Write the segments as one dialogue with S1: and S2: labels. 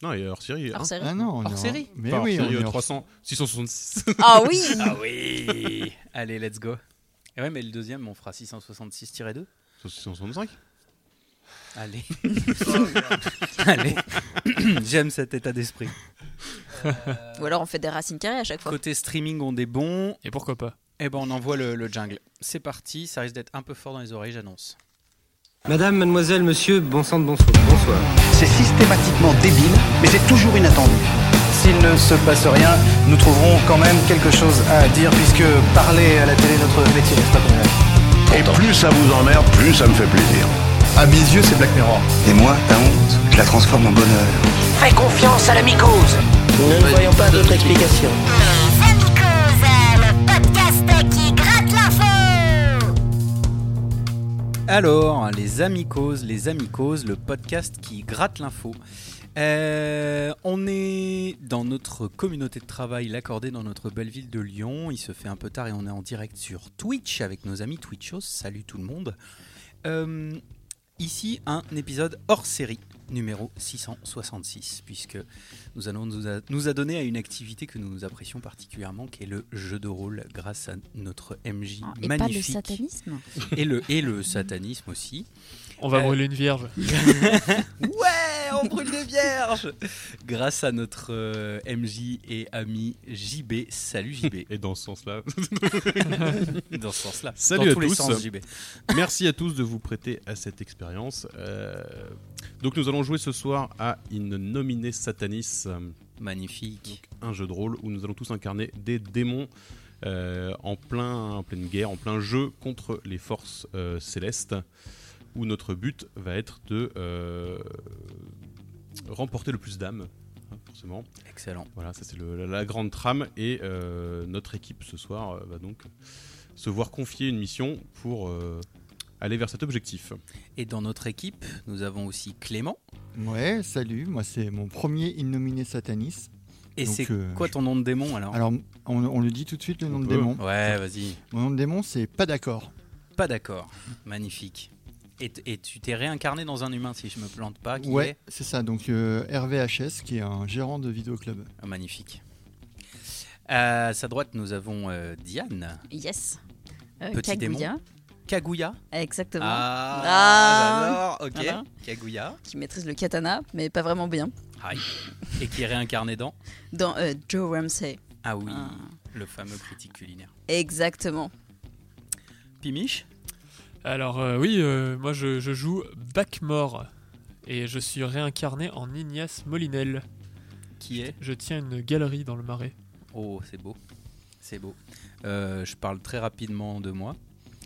S1: Non, il y a hors série.
S2: Hors
S1: hein.
S2: série.
S3: Ah non, on
S4: Hors
S3: est en-
S4: série
S3: Mais
S1: Pas hors
S3: oui, on
S1: série, euh,
S3: est en-
S1: 300, 666.
S2: Ah oui
S4: Ah oui Allez, let's go. Et Eh ouais, mais le deuxième, on fera 666-2.
S1: 665
S4: Allez. Allez. J'aime cet état d'esprit.
S2: Ou alors on fait des racines carrées à chaque fois.
S4: Côté streaming, on est bon.
S5: Et pourquoi pas
S4: Eh ben, on envoie le, le jungle. C'est parti, ça risque d'être un peu fort dans les oreilles, j'annonce.
S6: Madame, mademoiselle, monsieur, bon sang de bonsoir. Bonsoir.
S7: C'est systématiquement débile, mais c'est toujours inattendu. S'il ne se passe rien, nous trouverons quand même quelque chose à dire, puisque parler à la télé est notre métier, n'est-ce pas, Conrad
S8: Et plus ça vous emmerde, plus ça me fait plaisir.
S7: À mes yeux, c'est Black Mirror. Et moi, ta honte, je la transforme en bonheur.
S9: Fais confiance à la mycose. Ne voyons pas d'autres explications.
S10: Les Amicos, le podcast qui gratte l'info.
S4: Alors, les amicoses, les amicoses, le podcast qui gratte l'info. Euh, on est dans notre communauté de travail, l'accordé dans notre belle ville de Lyon. Il se fait un peu tard et on est en direct sur Twitch avec nos amis Twitchos. Salut tout le monde. Euh, ici, un épisode hors série, numéro 666, puisque nous allons nous, a- nous adonner à une activité que nous apprécions particulièrement, qui est le jeu de rôle, grâce à notre MJ
S2: Ah, Et pas le
S4: magnifique
S2: satanisme
S4: et le, et le satanisme aussi.
S5: On va
S4: Euh,
S5: brûler une vierge.
S4: Ouais, on brûle des vierges Grâce à notre euh, MJ et ami JB. Salut JB.
S1: Et dans ce sens-là,
S4: Dans ce sens-là.
S1: Salut
S4: Dans
S1: à
S4: tous les
S1: tous.
S4: sens, JB.
S1: merci à tous de vous prêter à cette expérience. Euh, donc nous allons jouer ce soir à In Nomine Satanis, euh,
S4: Magnifique.
S1: un jeu de rôle où nous allons tous incarner des démons euh, en, plein, en pleine guerre, en plein jeu contre les forces euh, célestes, où notre but va être de euh, remporter le plus d'âmes, hein, forcément.
S4: Excellent.
S1: Voilà, ça c'est le- la, la grande trame. Et euh, notre équipe ce soir euh, va donc se voir confier une mission pour euh, aller vers cet objectif.
S4: Et dans notre équipe, nous avons aussi Clément.
S3: Ouais, salut, moi c'est mon premier innominé satanis.
S4: Et
S3: Donc,
S4: c'est
S3: euh,
S4: quoi ton nom de démon alors,
S3: Alors, on, on le dit tout de suite, le nom
S1: On
S3: de
S1: peut.
S3: démon.
S4: Ouais, vas-y.
S3: Mon nom de démon, c'est pas d'accord.
S4: Pas d'accord. Magnifique. Et, t- et tu t'es réincarné dans un humain, si je me plante pas. Ah, Qui
S3: Ouais,
S4: est
S3: c'est ça. Donc, euh, RVHS, qui est un gérant de vidéoclub.
S4: Ah, Magnifique. À sa droite, nous avons euh, Diane.
S2: Yes. Euh,
S4: Petit démon.
S2: Kaguya,
S4: Kaguya.
S2: exactement.
S4: Ah, j'adore. Ok.
S2: Voilà.
S4: Kaguya.
S2: Qui maîtrise le katana, mais pas vraiment bien.
S4: Hi. Et qui est réincarné dans
S2: Dans euh, Joe Ramsey.
S4: Ah oui,
S2: Ah.
S4: le fameux critique culinaire.
S2: Exactement.
S4: Pimiche
S5: Alors euh, oui, euh, moi je, je joue Bacmore et je suis réincarné en Ignace Molinel.
S4: Qui est
S5: Je tiens une galerie dans le marais.
S4: Oh, c'est beau. C'est beau. Euh, je parle très rapidement de moi.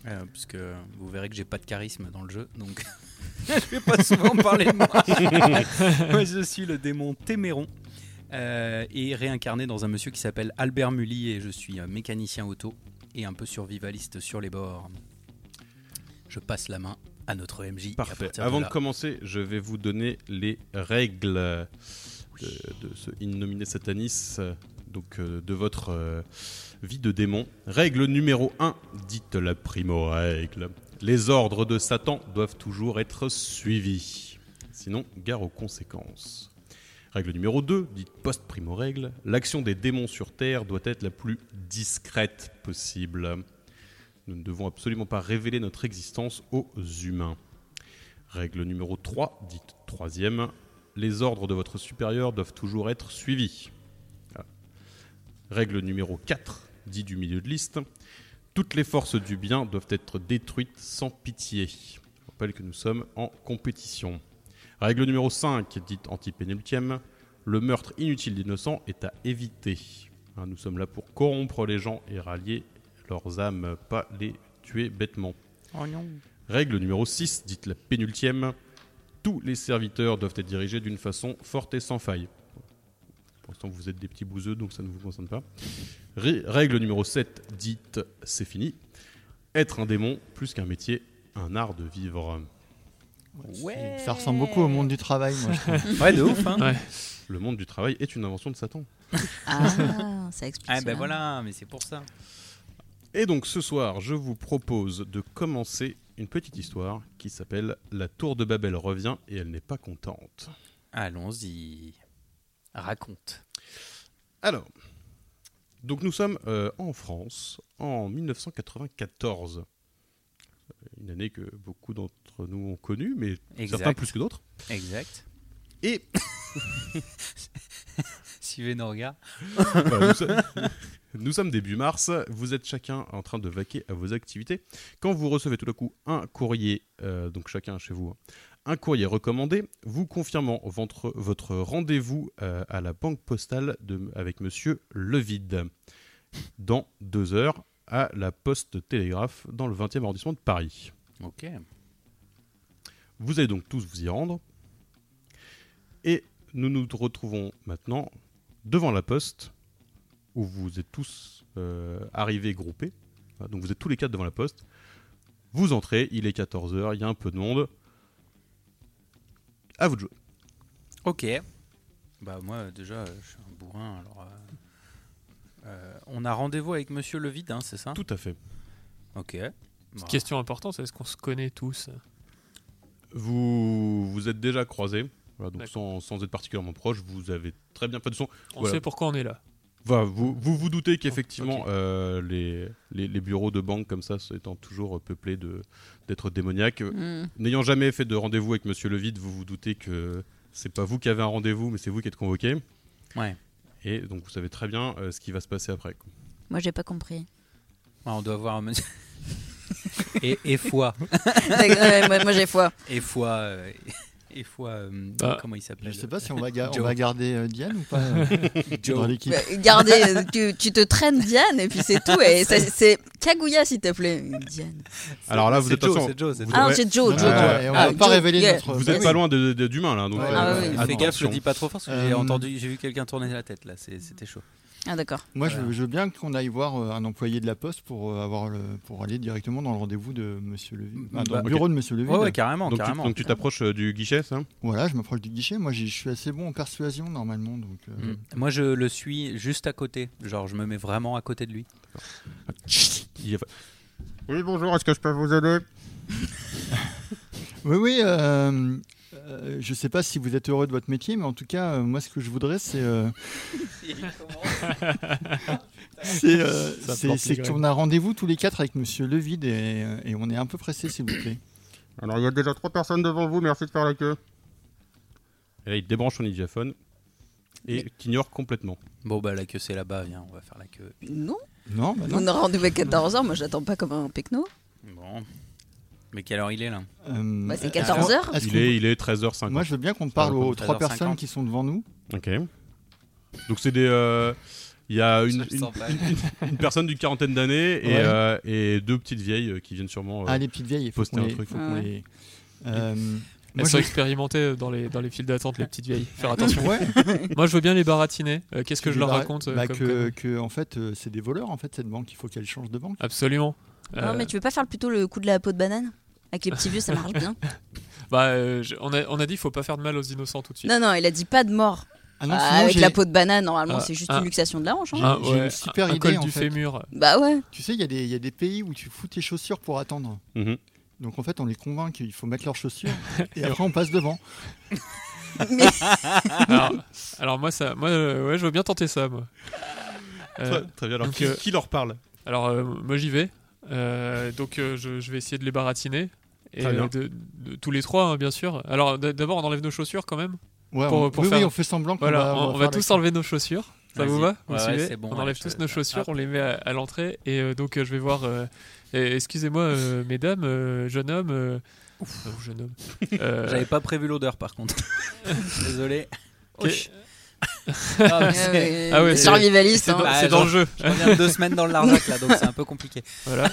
S4: euh, parce que vous verrez que j'ai pas de charisme dans le jeu, donc je vais pas souvent parler de moi. moi, je suis le démon Téméron euh, et réincarné dans un monsieur qui s'appelle Albert Mully et je suis un mécanicien auto et un peu survivaliste sur les bords. Je passe la main à notre MJ. à
S1: Parfait.
S4: partir de
S1: Avant de,
S4: là.
S1: commencer, je vais vous donner les règles euh, de, de ce innominé satanis, euh, donc euh, de votre euh, vie de démon. Règle numéro 1, dite la primo-règle. Les ordres de Satan doivent toujours être suivis. Sinon, gare aux conséquences. Règle numéro 2, dite post-primo-règle. L'action des démons sur Terre doit être la plus discrète possible. Nous ne devons absolument pas révéler notre existence aux humains. Règle numéro 3, dite troisième, les ordres de votre supérieur doivent toujours être suivis. Voilà. Règle numéro 4, dit du milieu de liste, toutes les forces du bien doivent être détruites sans pitié. Je rappelle que nous sommes en compétition. Règle numéro 5, dite antipénultième, le meurtre inutile d'innocents est à éviter. Hein, nous sommes là pour corrompre les gens et rallier leurs âmes, pas les tuer bêtement. Règle numéro 6, dite la pénultième, tous les serviteurs doivent être dirigés d'une façon forte et sans faille. Pour l'instant, vous êtes des petits bouseux, donc ça ne vous concerne pas. Ré- Règle numéro 7, dite c'est fini. Être un démon, plus qu'un métier, un art de vivre.
S4: Ouais.
S3: Ça ressemble beaucoup au monde du travail, moi, je trouve.
S4: Ouais, de ouf, hein
S1: Le monde du travail est une invention de Satan.
S2: Ah, ça explique.
S4: Ah
S2: cela.
S4: ben voilà, mais c'est pour ça.
S1: Et donc ce soir, je vous propose de commencer une petite histoire qui s'appelle La tour de Babel revient et elle n'est pas contente.
S4: Allons-y. Raconte.
S1: Alors, donc nous sommes euh, en France en 1994. Euh, Une année que beaucoup d'entre nous ont connue, mais
S4: Exact.
S1: certains plus que d'autres.
S4: Exact.
S1: Et.
S4: Suivez nos regards.
S1: Voilà, Bah, nous, sommes, nous sommes début mars, vous êtes chacun en train de vaquer à vos activités. Quand vous recevez tout à coup un courrier, euh, donc chacun chez vous, hein, un courrier recommandé, vous confirmant votre, votre rendez-vous euh, à la banque postale de- avec monsieur Levide dans deux heures à la poste télégraphe dans le 20e arrondissement de Paris.
S4: Ok.
S1: Vous allez donc tous vous y rendre. Et nous nous retrouvons maintenant devant la poste, où vous êtes tous euh, arrivés groupés. Voilà, Donc vous êtes tous les quatre devant la poste. Vous entrez, il est 14h, il y a un peu de monde. À vous de jouer.
S4: Ok. Bah moi euh, déjà euh, je suis un bourrin alors. euh, euh, on a rendez-vous avec Monsieur Levide, hein, c'est ça
S1: Tout à fait.
S4: Ok.
S3: Ah.
S4: Bah,
S5: Question importante, est-ce qu'on se connaît tous
S1: Vous vous êtes déjà croisés, voilà, donc sans,
S5: D'accord.
S1: sans être particulièrement proches, vous avez très bien fait de son.
S5: On
S1: Voilà.
S5: sait pourquoi on est là.
S1: Voilà, vous, vous vous doutez qu'effectivement,
S5: Ok.
S1: euh, les, les, les bureaux de banque comme ça étant toujours euh, peuplés de- d'êtres démoniaques, euh,
S2: Mm.
S1: n'ayant jamais fait de rendez-vous avec Monsieur Levide, vous vous doutez que c'est pas vous qui avez un rendez-vous, mais c'est vous qui êtes convoqué.
S4: Ouais.
S1: Et donc vous savez très bien euh, ce qui va se passer après. quoi.
S2: Moi, j'ai pas compris.
S4: bah, on doit voir un monsieur. et, et foi.
S2: D'accord, ouais, moi, moi, j'ai foi.
S4: Et foi. euh, et foi. euh,
S5: Ah.
S4: Comment il s'appelle
S3: Je sais pas si on va, ga- on
S4: Joe.
S3: va garder euh, Diane ou pas euh,
S4: Joe.
S3: dans l'équipe.
S2: Bah, Gardez, tu, tu te traînes Diane et puis c'est tout. Et ça, c'est Kaguya, s'il te plaît. Diane.
S1: Alors là, Ah, vous
S4: C'est
S1: êtes
S4: Joe,
S1: attention,
S4: c'est Ah Joe, c'est
S1: vous
S4: Joe.
S2: Ah,
S1: aurez-
S2: c'est Joe.
S1: non,
S2: Joe,
S1: non,
S2: Joe.
S1: ouais,
S3: et on
S2: Ah,
S3: va pas
S2: Joe,
S3: révéler
S2: yeah.
S3: notre.
S1: vous êtes pas loin de- de- d'humain là. Donc,
S3: Ouais.
S1: euh,
S2: Ah oui, oui.
S4: Fais gaffe, je
S1: attention.
S4: le dis pas trop fort parce que j'ai
S3: Euh,
S4: entendu, j'ai vu quelqu'un tourner la tête là, c'est- c'était chaud.
S2: Ah, d'accord.
S3: Moi, je,
S4: Voilà.
S3: je veux bien qu'on aille voir euh, un employé de la poste pour euh, avoir le, pour aller directement dans le rendez-vous de Monsieur Levy,
S4: Mm,
S3: Ah, dans
S4: bah,
S3: le bureau de Monsieur Levy.
S4: Ouais, ouais, carrément,
S1: Donc tu-
S4: hein, carrément.
S1: donc tu t'approches euh, du guichet, ça
S3: Voilà, je m'approche du guichet. Moi, j'y- je suis assez bon en persuasion normalement, donc. euh,
S4: Mm. Moi, je le suis juste à côté. Genre, je me mets vraiment à côté de lui.
S1: Il va- Oui, bonjour, est-ce que je peux vous aider
S3: Oui, oui. euh, euh, je sais pas si vous êtes heureux de votre métier, mais en tout cas, euh, moi, ce que je voudrais, c'est. euh, c'est euh,
S5: Ça
S3: c'est-
S5: porte
S3: c'est
S5: migraine.
S3: qu'on a rendez-vous tous les quatre avec Monsieur Levide et, euh, et on est un peu pressé, s'il vous plaît.
S1: Alors, il y a déjà trois personnes devant vous, merci de faire la queue. Et là, il débranche son idiophone et t'ignore complètement.
S4: Bon, bah, la queue, c'est là-bas, viens, on va faire la queue.
S2: Non,
S3: Non, bah non.
S2: on a rendez-vous à 14h. Moi, j'attends pas comme un pecno.
S4: Bon. Mais quelle heure il est là
S3: Euh,
S2: Bah, c'est
S3: est-ce
S2: 14 heures.
S3: qu'on- est-ce
S1: Il
S3: qu'on-
S1: est, il est 13h50.
S3: Moi, je veux bien qu'on parle aux
S4: Treize
S3: trois
S4: heures cinquante.
S3: personnes qui sont devant nous.
S1: Ok. Donc, c'est des. euh, Il y a
S4: Ça,
S1: une, Euh.
S4: je
S1: une,
S4: sens pas.
S1: une personne d'une quarantaine d'années et,
S3: Ouais.
S1: euh, et deux petites vieilles euh, qui viennent sûrement. euh,
S3: Ah, les petites vieilles, il faut
S1: poster
S3: qu'on
S1: un
S3: les-
S1: truc.
S3: faut qu'on
S2: Ouais.
S3: les- Euh,
S5: Elles
S3: moi,
S5: sont
S3: je-
S5: expérimentées dans les, dans les files d'attente, les petites vieilles. Faire attention.
S3: Ouais,
S5: Moi, je veux bien les baratiner. Euh, Qu'est-ce que je leur
S3: bah,
S5: raconte euh,
S3: bah,
S5: comme
S3: que,
S5: conneries
S3: que, en fait, euh, c'est des voleurs, en fait, cette banque. Il faut qu'elle change de banque.
S5: Absolument. Euh,
S2: Non, mais tu veux pas faire plutôt le coup de la peau de banane Avec les petits vieux, ça marche bien.
S5: bah, euh, je- on, a, on a dit faut pas faire de mal aux innocents tout de suite.
S2: Non, non, il a dit pas de mort.
S3: Ah non,
S2: Ah,
S3: sinon,
S2: avec
S3: j'ai-
S2: la peau de banane, normalement,
S5: Ah,
S2: c'est juste
S5: ah.
S2: une luxation de la hanche. hein.
S3: j'ai-
S5: Ah,
S3: j'ai une super
S5: un
S3: idée,
S5: col
S3: en
S5: du
S3: fait.
S5: fémur.
S2: Bah ouais.
S3: Tu sais, il y, a des- il y a des pays où tu fous tes chaussures pour attendre.
S1: Mhm.
S3: Donc, en fait, on les convainc qu'il faut mettre leurs chaussures et après, on passe devant.
S5: alors, alors moi, ça, moi euh, ouais, je veux bien tenter ça. Moi. Euh,
S1: Très, très bien. Alors,
S5: donc,
S1: qui,
S5: euh,
S1: qui leur parle
S5: alors euh, moi j'y vais. Euh, donc euh, je, je vais essayer de les baratiner. Et
S1: Très bien.
S5: euh, de- de- tous les trois, hein, bien sûr. Alors d- d'abord, on enlève nos chaussures quand même.
S3: Ouais,
S5: Pour-
S3: on,
S5: pour
S3: oui,
S5: faire-
S3: oui, on fait semblant qu'on
S5: Voilà,
S3: va,
S5: on, on va
S3: faire
S5: tous
S3: la-
S5: enlever nos chaussures. Ça vous
S4: Vas-y.
S5: va Vous
S4: Ouais,
S5: suivez
S4: ouais, c'est bon,
S5: On
S4: ouais,
S5: enlève
S4: je-
S5: tous nos chaussures,
S4: hop.
S5: on les met à, à l'entrée. Et euh, donc, euh, je vais voir. euh, euh, Excusez-moi, euh, mesdames, euh, jeune homme. euh, euh, jeune homme. euh,
S4: J'avais pas prévu l'odeur par contre. Désolé.
S5: que-
S4: Ouch. Ah, mais
S2: Ah
S4: c'est-
S2: ouais,
S5: Ah ouais,
S2: le
S5: c'est-
S2: survivaliste.
S5: C'est
S2: hein.
S5: dans,
S4: Bah,
S5: c'est
S4: genre-
S5: dans le jeu.
S4: Je reviens de deux semaines dans le Larzac là, donc c'est un peu compliqué.
S5: Voilà.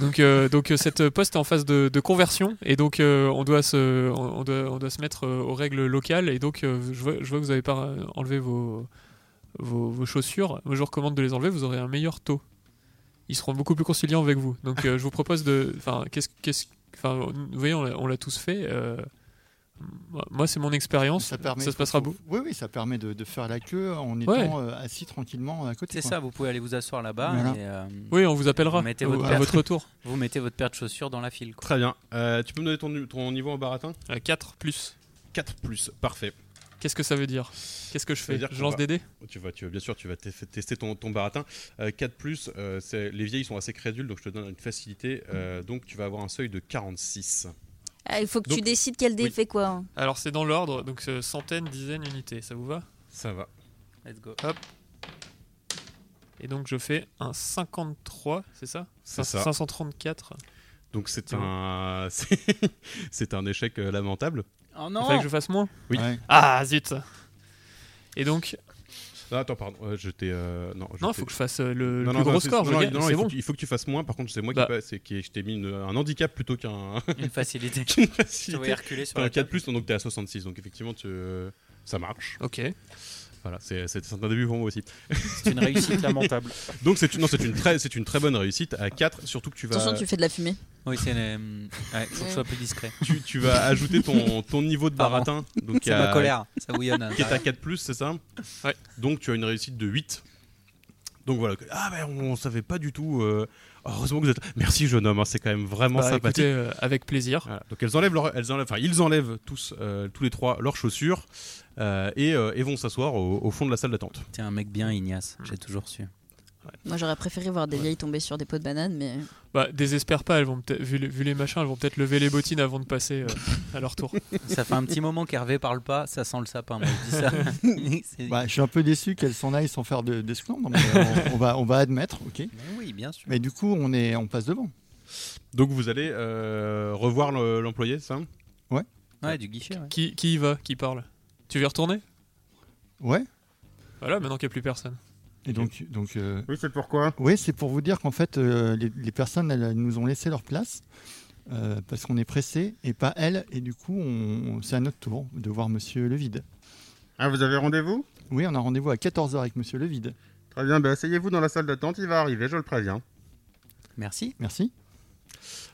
S5: Donc, euh, donc euh, cette poste est en phase de, de conversion et donc euh, on, doit se, on, on doit, on doit se mettre euh, aux règles locales et donc euh, je, vois, je vois que vous n'avez pas euh, enlevé vos, vos, vos chaussures. Moi je vous recommande de les enlever, vous aurez un meilleur taux. Ils seront beaucoup plus conciliants avec vous. Donc euh, je vous propose de... Enfin, qu'est-ce, qu'est-ce, enfin, vous voyez, on l'a, on l'a tous fait. euh, moi c'est mon expérience.
S3: Ça permet-
S5: se passera beau.
S3: Oui, oui, ça permet de, de faire la queue en étant
S5: Ouais.
S3: euh, assis tranquillement à côté.
S4: C'est
S3: quoi.
S4: ça, vous pouvez aller vous asseoir là-bas
S3: Voilà.
S4: et euh,
S5: Oui, on vous appellera
S4: Vous mettez
S5: au-
S4: votre
S5: à
S4: paire.
S5: votre tour.
S4: vous mettez votre paire de chaussures dans la file. quoi.
S1: Euh, Très bien. Euh, tu peux me donner ton, nu- ton niveau en baratin
S5: 4 plus.
S1: 4 plus, parfait.
S5: Qu'est-ce que ça veut dire Qu'est-ce que je
S1: Ça veut
S5: fais
S1: dire
S5: Je
S1: qu'on
S5: lance
S1: va-
S5: des dés
S1: tu vas, tu vas- Bien sûr, tu vas te- tester ton, ton baratin. Euh, 4 plus, euh, c'est- les vieilles sont assez crédules, donc je te donne une facilité. Euh, donc tu vas avoir un seuil de 46.
S2: Ah, il faut que tu
S1: Donc-
S2: décides quel dé
S1: oui.
S2: fait quoi. hein.
S5: Alors c'est dans l'ordre, donc euh, centaines, dizaines, unités. Ça vous va
S1: Ça va.
S4: Let's go.
S5: Hop. Et donc je fais un 53, c'est ça
S1: C'est ça.
S5: 534.
S1: Donc c'est
S5: C'est bon.
S1: un, c'est- c'est un échec euh, lamentable.
S4: Oh
S5: Il
S4: non
S5: fallait que je fasse moins
S1: Oui.
S3: Ouais.
S5: Ah zut Et donc,
S1: Ah, attends, pardon, euh, je t'ai. euh, non, je
S5: non,
S1: t'ai-
S5: faut que je fasse euh, le,
S1: Non, non,
S5: le plus
S1: non,
S5: gros
S1: c'est-
S5: score,
S1: non,
S5: je gagne,
S1: non,
S5: c'est
S1: il, faut,
S5: bon.
S1: il faut que tu fasses moins. Par contre, c'est moi
S5: Bah.
S1: qui, passe et qui je t'ai mis une- un handicap plutôt qu'un
S4: Une facilité.
S1: qu'une
S4: Tu
S1: facilité.
S4: vas reculer sur
S1: T'as un
S4: la
S1: 4
S4: table.
S1: plus, donc t'es à 66. Donc effectivement, tu, ça marche.
S5: Ok.
S1: Voilà, c'est c'est un début pour moi aussi.
S11: C'est une réussite lamentable.
S1: Donc c'est une, non, c'est une, très- c'est une très bonne réussite à 4, surtout que tu vas,
S2: Attention, tu fais de la fumée.
S4: Oui, c'est les... ouais, faut que je sois plus discret.
S1: tu, tu vas ajouter ton, ton niveau de
S4: Pardon.
S1: baratin. Donc
S4: C'est
S1: à-
S4: ma colère, ça bouillonne. à
S1: qui est à
S4: l'intérieur.
S1: 4 c'est ça
S5: Ouais.
S1: Donc tu as une réussite de 8. Donc voilà. que- Ah ben on, savait pas du tout. euh, Heureusement que vous êtes. Merci jeune homme, hein, c'est quand même vraiment
S5: Bah,
S1: sympathique.
S5: écoutez, euh, avec plaisir.
S1: Voilà. Donc elles enlèvent, leur- elles enlèvent- enfin ils enlèvent tous, euh, tous les trois leurs chaussures euh, et, euh, et vont s'asseoir au, au fond de la salle d'attente.
S4: T'es un mec bien, Ignace. J'ai toujours su.
S2: Moi, j'aurais préféré voir des vieilles tomber sur des pots de bananes, mais
S5: Bah, désespère pas, elles vont peut-être- vu, les- vu les machins, elles vont peut-être lever les bottines avant de passer euh, à leur tour.
S4: Ça fait un petit moment qu'Hervé parle pas, ça sent le sapin. Moi, je dis ça. C'est-
S3: Bah, je suis un peu déçu qu'elle s'en aille sans faire de- d'esclandre, mais euh, on, on va, on va admettre, ok.
S4: Mais oui, bien sûr.
S3: Mais du coup, on, est, on passe devant.
S1: Donc vous allez euh, revoir le- l'employé, c'est ça
S4: Ouais, du guichet. ouais.
S5: qui, qui y va Qui parle Tu veux y retourner
S3: Ouais.
S5: Voilà, maintenant qu'il n'y a plus personne.
S3: Et donc, donc euh,
S1: Oui, c'est pourquoi.
S3: Oui, c'est pour vous dire qu'en fait, euh, les, les personnes, elles nous ont laissé leur place euh, parce qu'on est pressé et pas elles. Et du coup, on- c'est à notre tour de voir Monsieur Levide.
S12: Ah, vous avez rendez-vous
S3: Oui, on a rendez-vous à 14h avec Monsieur Levide.
S12: Très bien, bah, asseyez-vous dans la salle d'attente, il va arriver, je le préviens.
S4: Merci.
S3: Merci.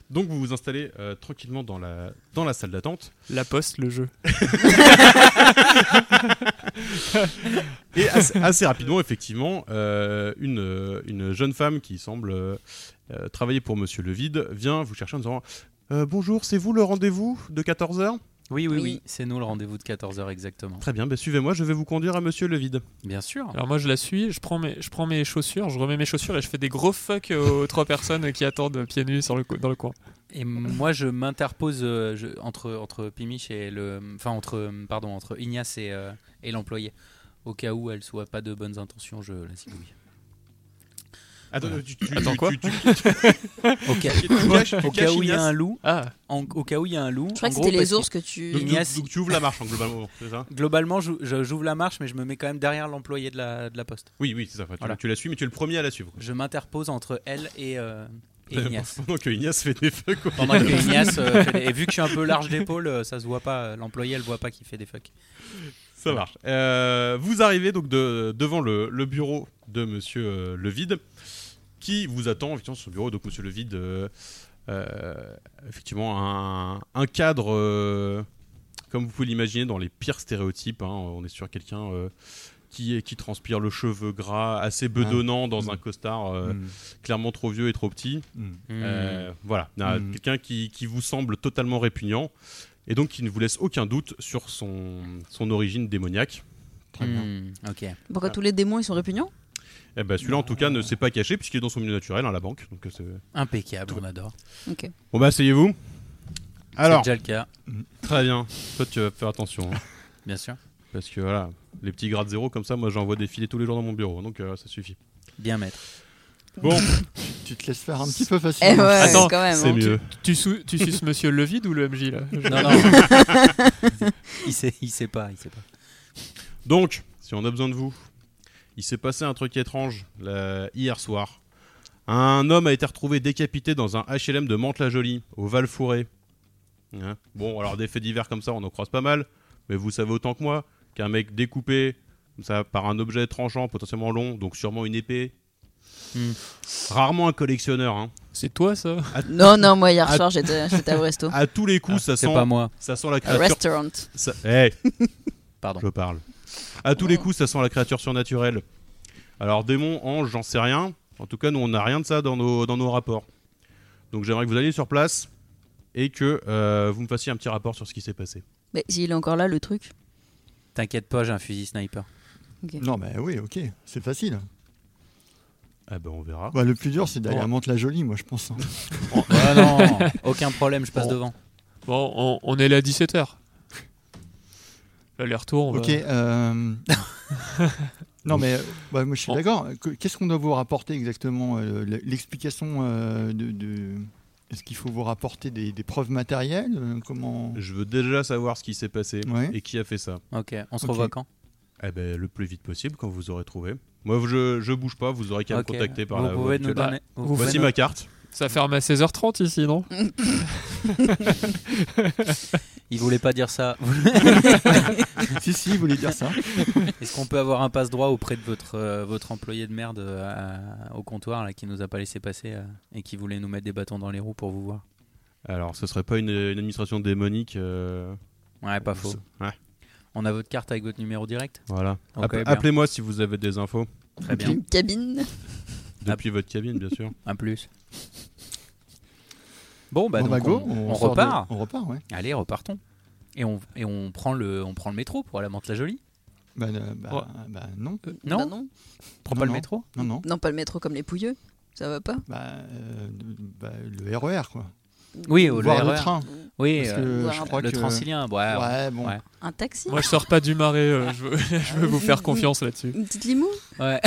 S1: Donc vous vous installez euh, tranquillement dans la, dans la salle d'attente.
S5: La poste, le jeu.
S1: Et assez, assez rapidement, effectivement, euh, une, euh, une jeune femme qui semble euh, euh, travailler pour Monsieur Levide vient vous chercher en disant Euh, Bonjour, c'est vous le rendez-vous de 14h
S4: Oui, oui, oui.
S2: Oui.
S4: C'est nous le rendez-vous de 14h exactement.
S1: Très bien, ben, suivez-moi, je vais vous conduire à Monsieur Levide.
S4: Bien sûr.
S5: Alors moi je la suis, je prends mes, je prends mes chaussures, je remets mes chaussures et je fais des gros fuck aux trois personnes qui attendent pieds nus sur le cou- dans le coin.
S4: Et moi, je m'interpose euh, je- entre entre Pimiche et le, enfin entre euh, pardon entre Ignace et, euh, et l'employé, au cas où elle soit pas de bonnes intentions, je la zigouille.
S1: Attends, euh, tu, tu-
S5: Attends,
S1: tu-
S5: quoi
S1: tu- tu-
S4: Au cas,
S1: tu caches- tu
S4: au
S1: caches
S4: cas où il y a
S1: Ignace.
S4: un loup,
S5: Ah,
S4: en- au cas où il y a un loup.
S2: je crois
S4: en
S2: que
S4: gros,
S2: c'était
S4: parce
S2: les
S4: que-
S2: ours que tu.
S1: donc,
S4: Ignace-
S1: donc, tu ouvres la marche, hein, globalement, c'est ça
S4: Globalement, je- je- j'ouvre la marche, mais je me mets quand même derrière l'employé de la, de la poste.
S1: Oui, oui, c'est ça. Tu,
S4: Voilà.
S1: tu la suis, mais tu es le premier à la suivre. quoi.
S4: Je m'interpose entre elle et, euh, et Ignace.
S1: Pendant que Ignace fait des feux, quoi.
S4: Pendant que Ignace, euh, fait des- et vu que je suis un peu large d'épaule, euh, ça se voit pas. euh, L'employé, elle voit pas qu'il fait des fucks.
S1: Ça marche. Euh, vous arrivez donc de- devant le, le bureau de Monsieur euh, Levide, qui vous attend effectivement sur le bureau. Donc Monsieur Levide, euh, euh, effectivement un, un cadre, euh, comme vous pouvez l'imaginer, dans les pires stéréotypes. hein. on est sur quelqu'un euh, qui, est- qui transpire le cheveu gras, assez bedonnant dans
S3: Mm.
S1: un costard euh,
S4: Mm.
S1: clairement trop vieux et trop petit.
S4: Hmm.
S1: Euh, voilà, Ah,
S3: Mm.
S1: quelqu'un qui, qui vous semble totalement répugnant et donc qui ne vous laisse aucun doute sur son, son origine démoniaque.
S3: Très bien.
S4: Mm, Ok.
S2: Pourquoi tous les démons ils sont répugnants
S1: Eh ben, celui-là en tout cas ne s'est pas caché puisqu'il est dans son milieu naturel hein, la banque. Donc euh, c'est-
S4: Impeccable, on adore.
S2: Ok.
S1: bon bah asseyez-vous.
S4: C'est
S1: Alors
S4: déjà le cas,
S1: très bien. Toi tu vas faire attention hein,
S4: bien sûr.
S1: parce que voilà les petits grades zéro comme ça moi j'en vois défiler tous les jours dans mon bureau donc euh, ça suffit.
S4: Bien maître.
S1: Bon
S3: Tu te laisses faire un petit peu facile.
S2: Eh ouais,
S5: Attends,
S2: quand même.
S1: c'est
S2: hein.
S1: mieux.
S5: Tu, sou- tu suces monsieur le vide ou le MJ là
S4: Non, non. il, sait, il sait pas, il sait pas.
S1: Donc si on a besoin de vous, il s'est passé un truc étrange là, hier soir. Un homme a été retrouvé décapité dans un HLM de Mantes-la-Jolie, au Val-Fouré. Hein bon, alors des faits divers comme ça, on en croise pas mal, mais vous savez autant que moi qu'un mec découpé comme ça par un objet tranchant, potentiellement long, donc sûrement une épée.
S4: Hmm.
S1: Rarement un collectionneur. hein.
S5: C'est toi ça
S2: Non, non, moi hier
S1: Ah.
S2: soir j'étais j'étais au resto.
S1: À tous les coups,
S4: Ah,
S1: ça,
S4: c'est
S1: sent,
S4: pas moi. Ah,
S1: ça sent la créature.
S2: Restaurant.
S1: ça- Eh,
S4: Pardon.
S1: je parle. À tous les coups, ça sent la créature surnaturelle. Alors, démon, ange, j'en sais rien. En tout cas, nous, on n'a rien de ça dans nos, dans nos rapports. Donc, j'aimerais que vous alliez sur place et que euh, vous me fassiez un petit rapport sur ce qui s'est passé.
S2: Mais s'il est encore là, le truc.
S4: T'inquiète pas, j'ai un fusil sniper.
S3: Non, bah oui, ok, c'est facile.
S1: Ah bah on verra.
S3: Bah, le plus dur, c'est d'aller
S1: Bon.
S3: à Mantes-la-Jolie, moi, je pense. hein.
S4: Ah non, aucun problème, je passe
S5: Bon.
S4: devant.
S5: Bon, on, on est là à 17h. L'aller-retour, on va-
S3: Ok. euh, non, mais euh, bah, moi, je suis d'accord. Que- Qu'est-ce qu'on doit vous rapporter exactement euh, l- L'explication euh, de. de- Est-ce qu'il faut vous rapporter des, des preuves matérielles euh, Comment
S1: Je veux déjà savoir ce qui s'est passé
S3: Ouais.
S1: et qui a fait ça.
S4: Ok, on se
S3: Ok.
S4: revoit quand
S1: Eh ben, le plus vite possible quand vous aurez trouvé. Moi, je, je bouge pas, vous aurez qu'à
S4: Ok.
S1: me contacter par
S4: Vous
S1: la
S4: pouvez
S1: voie
S4: nous
S1: actuelle.
S4: donner- vous pouvez
S1: Voici
S4: nous-
S1: ma carte.
S5: Ça ferme à 16h30 ici, non
S4: Il voulait pas dire ça.
S3: si, si, il voulait dire ça.
S4: Est-ce qu'on peut avoir un passe droit auprès de votre, euh, votre employé de merde euh, à- au comptoir là, qui nous a pas laissé passer euh, et qui voulait nous mettre des bâtons dans les roues pour vous voir
S1: Alors, ce serait pas une, une administration démonique euh,
S4: Ouais, pas faux.
S1: Ouais.
S4: On a votre carte avec votre numéro direct
S1: Voilà.
S4: Ok,
S1: Appe-
S4: bien.
S1: Appelez-moi si vous avez des infos.
S4: Très Eh bien.
S2: Une cabine.
S1: Depuis votre cabine, bien sûr.
S4: Un plus. Bon, bah,
S3: Bon,
S4: donc
S3: bah, go,
S4: on,
S3: on
S4: on
S3: sort de-
S4: repart.
S3: on repart, ouais.
S4: Allez, repartons. Et on, et on, prend, le, on prend le métro pour aller à Mantes-la-Jolie
S3: Bah, euh, bah,
S4: Ouais.
S3: bah, non.
S4: Non
S2: Bah non.
S4: Prends
S3: Non,
S4: pas le
S3: non.
S4: métro
S3: Non, non.
S2: Non, pas le métro comme les pouilleux. Ça va pas
S3: Bah, euh, de- bah, le RER, quoi.
S4: Oui, au
S3: Voire
S4: le
S3: le
S4: RER.
S3: train.
S4: Oui,
S3: Parce
S4: euh,
S3: que je crois
S4: le
S3: que-
S4: Transilien. Ouais,
S3: Ouais, bon.
S4: ouais.
S2: Un taxi
S5: Moi, je sors pas du marais, euh, je, veux, je veux vous faire confiance là-dessus.
S2: Une petite limou
S4: Ouais.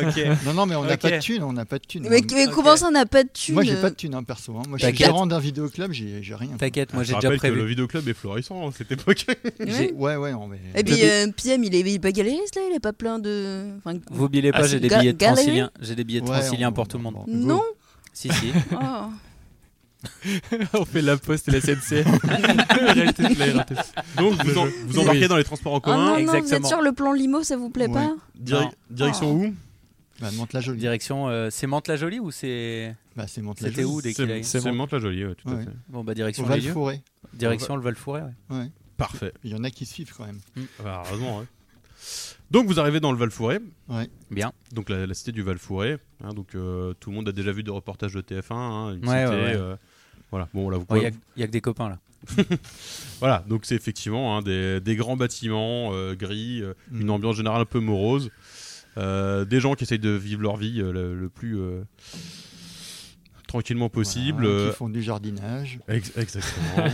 S5: Ok.
S3: Non, non, mais on n'a
S5: Ok.
S3: pas de thune, on n'a pas de thune.
S2: Mais, mais comment ça, on n'a pas de thune euh
S3: Moi, j'ai pas de thune, hein, perso. hein. Moi, je suis
S4: T'inquiète.
S3: gérant d'un vidéoclub, j'ai j'ai rien.
S4: T'inquiète, moi
S1: Ah, je
S4: j'ai déjà
S1: rappelle
S4: prévu.
S1: que le vidéoclub est florissant à cette époque.
S3: J'ai- Ouais, ouais, non, mais.
S4: Eh
S2: Et puis, euh, PM, il est, il est pas galériste là, il est pas plein de. Enfin,
S4: Vous oubliez pas,
S2: Ah,
S4: j'ai
S2: si.
S4: des
S2: Ga-
S4: billets de
S2: galérer
S4: Transilien. J'ai des billets de
S3: Ouais,
S4: Transilien
S3: on-
S4: pour tout le monde.
S2: Non
S4: Si, si.
S2: Oh.
S5: on fait la poste et la SNCF. La réalité de la RATP.
S1: Donc, vous, en-
S5: Le jeu.
S1: vous embarquez
S5: Oui.
S1: dans les transports en
S2: Ah non,
S1: commun.
S2: non, vous êtes
S4: exactement.
S2: sur le plan limo, ça vous plaît
S3: Ouais.
S2: pas
S1: Direc-
S4: Ah.
S1: Direction où
S3: Bah, Mantes-la-Jolie.
S4: Direction. euh, c'est Mantes-la-Jolie ou c'est.
S3: Bah, c'est Mantes-la-Jolie.
S4: C'était où dès qu'il a-
S1: C'est Mantes-la-Jolie, ouais, tout à
S3: Ouais.
S1: fait.
S4: Bon, bah
S3: Au
S4: direction les lieux.
S3: Val-Forêt.
S4: Direction le Val-Fouré, ouais.
S3: Ouais.
S1: Parfait.
S3: Il y en a qui suivent quand même.
S1: Ah, heureusement, ouais. Donc, vous arrivez dans le Val-Fouré,
S3: Ouais.
S4: Bien.
S1: donc la, la cité du Val-Fouré. hein, donc, euh, tout le monde a déjà vu des reportages de TF1. hein, une
S4: Ouais,
S1: cité,
S4: ouais, ouais.
S1: euh, voilà, bon, là, vous
S4: Il n'y
S1: pouvez-
S4: a, y a que des copains là.
S1: Voilà, donc c'est effectivement hein, des, des grands bâtiments euh, gris, euh,
S3: Mm.
S1: une ambiance générale un peu morose, euh, des gens qui essayent de vivre leur vie euh, le, le plus euh, tranquillement possible.
S3: Voilà,
S1: euh,
S3: Qui font du jardinage.
S1: ex- exactement.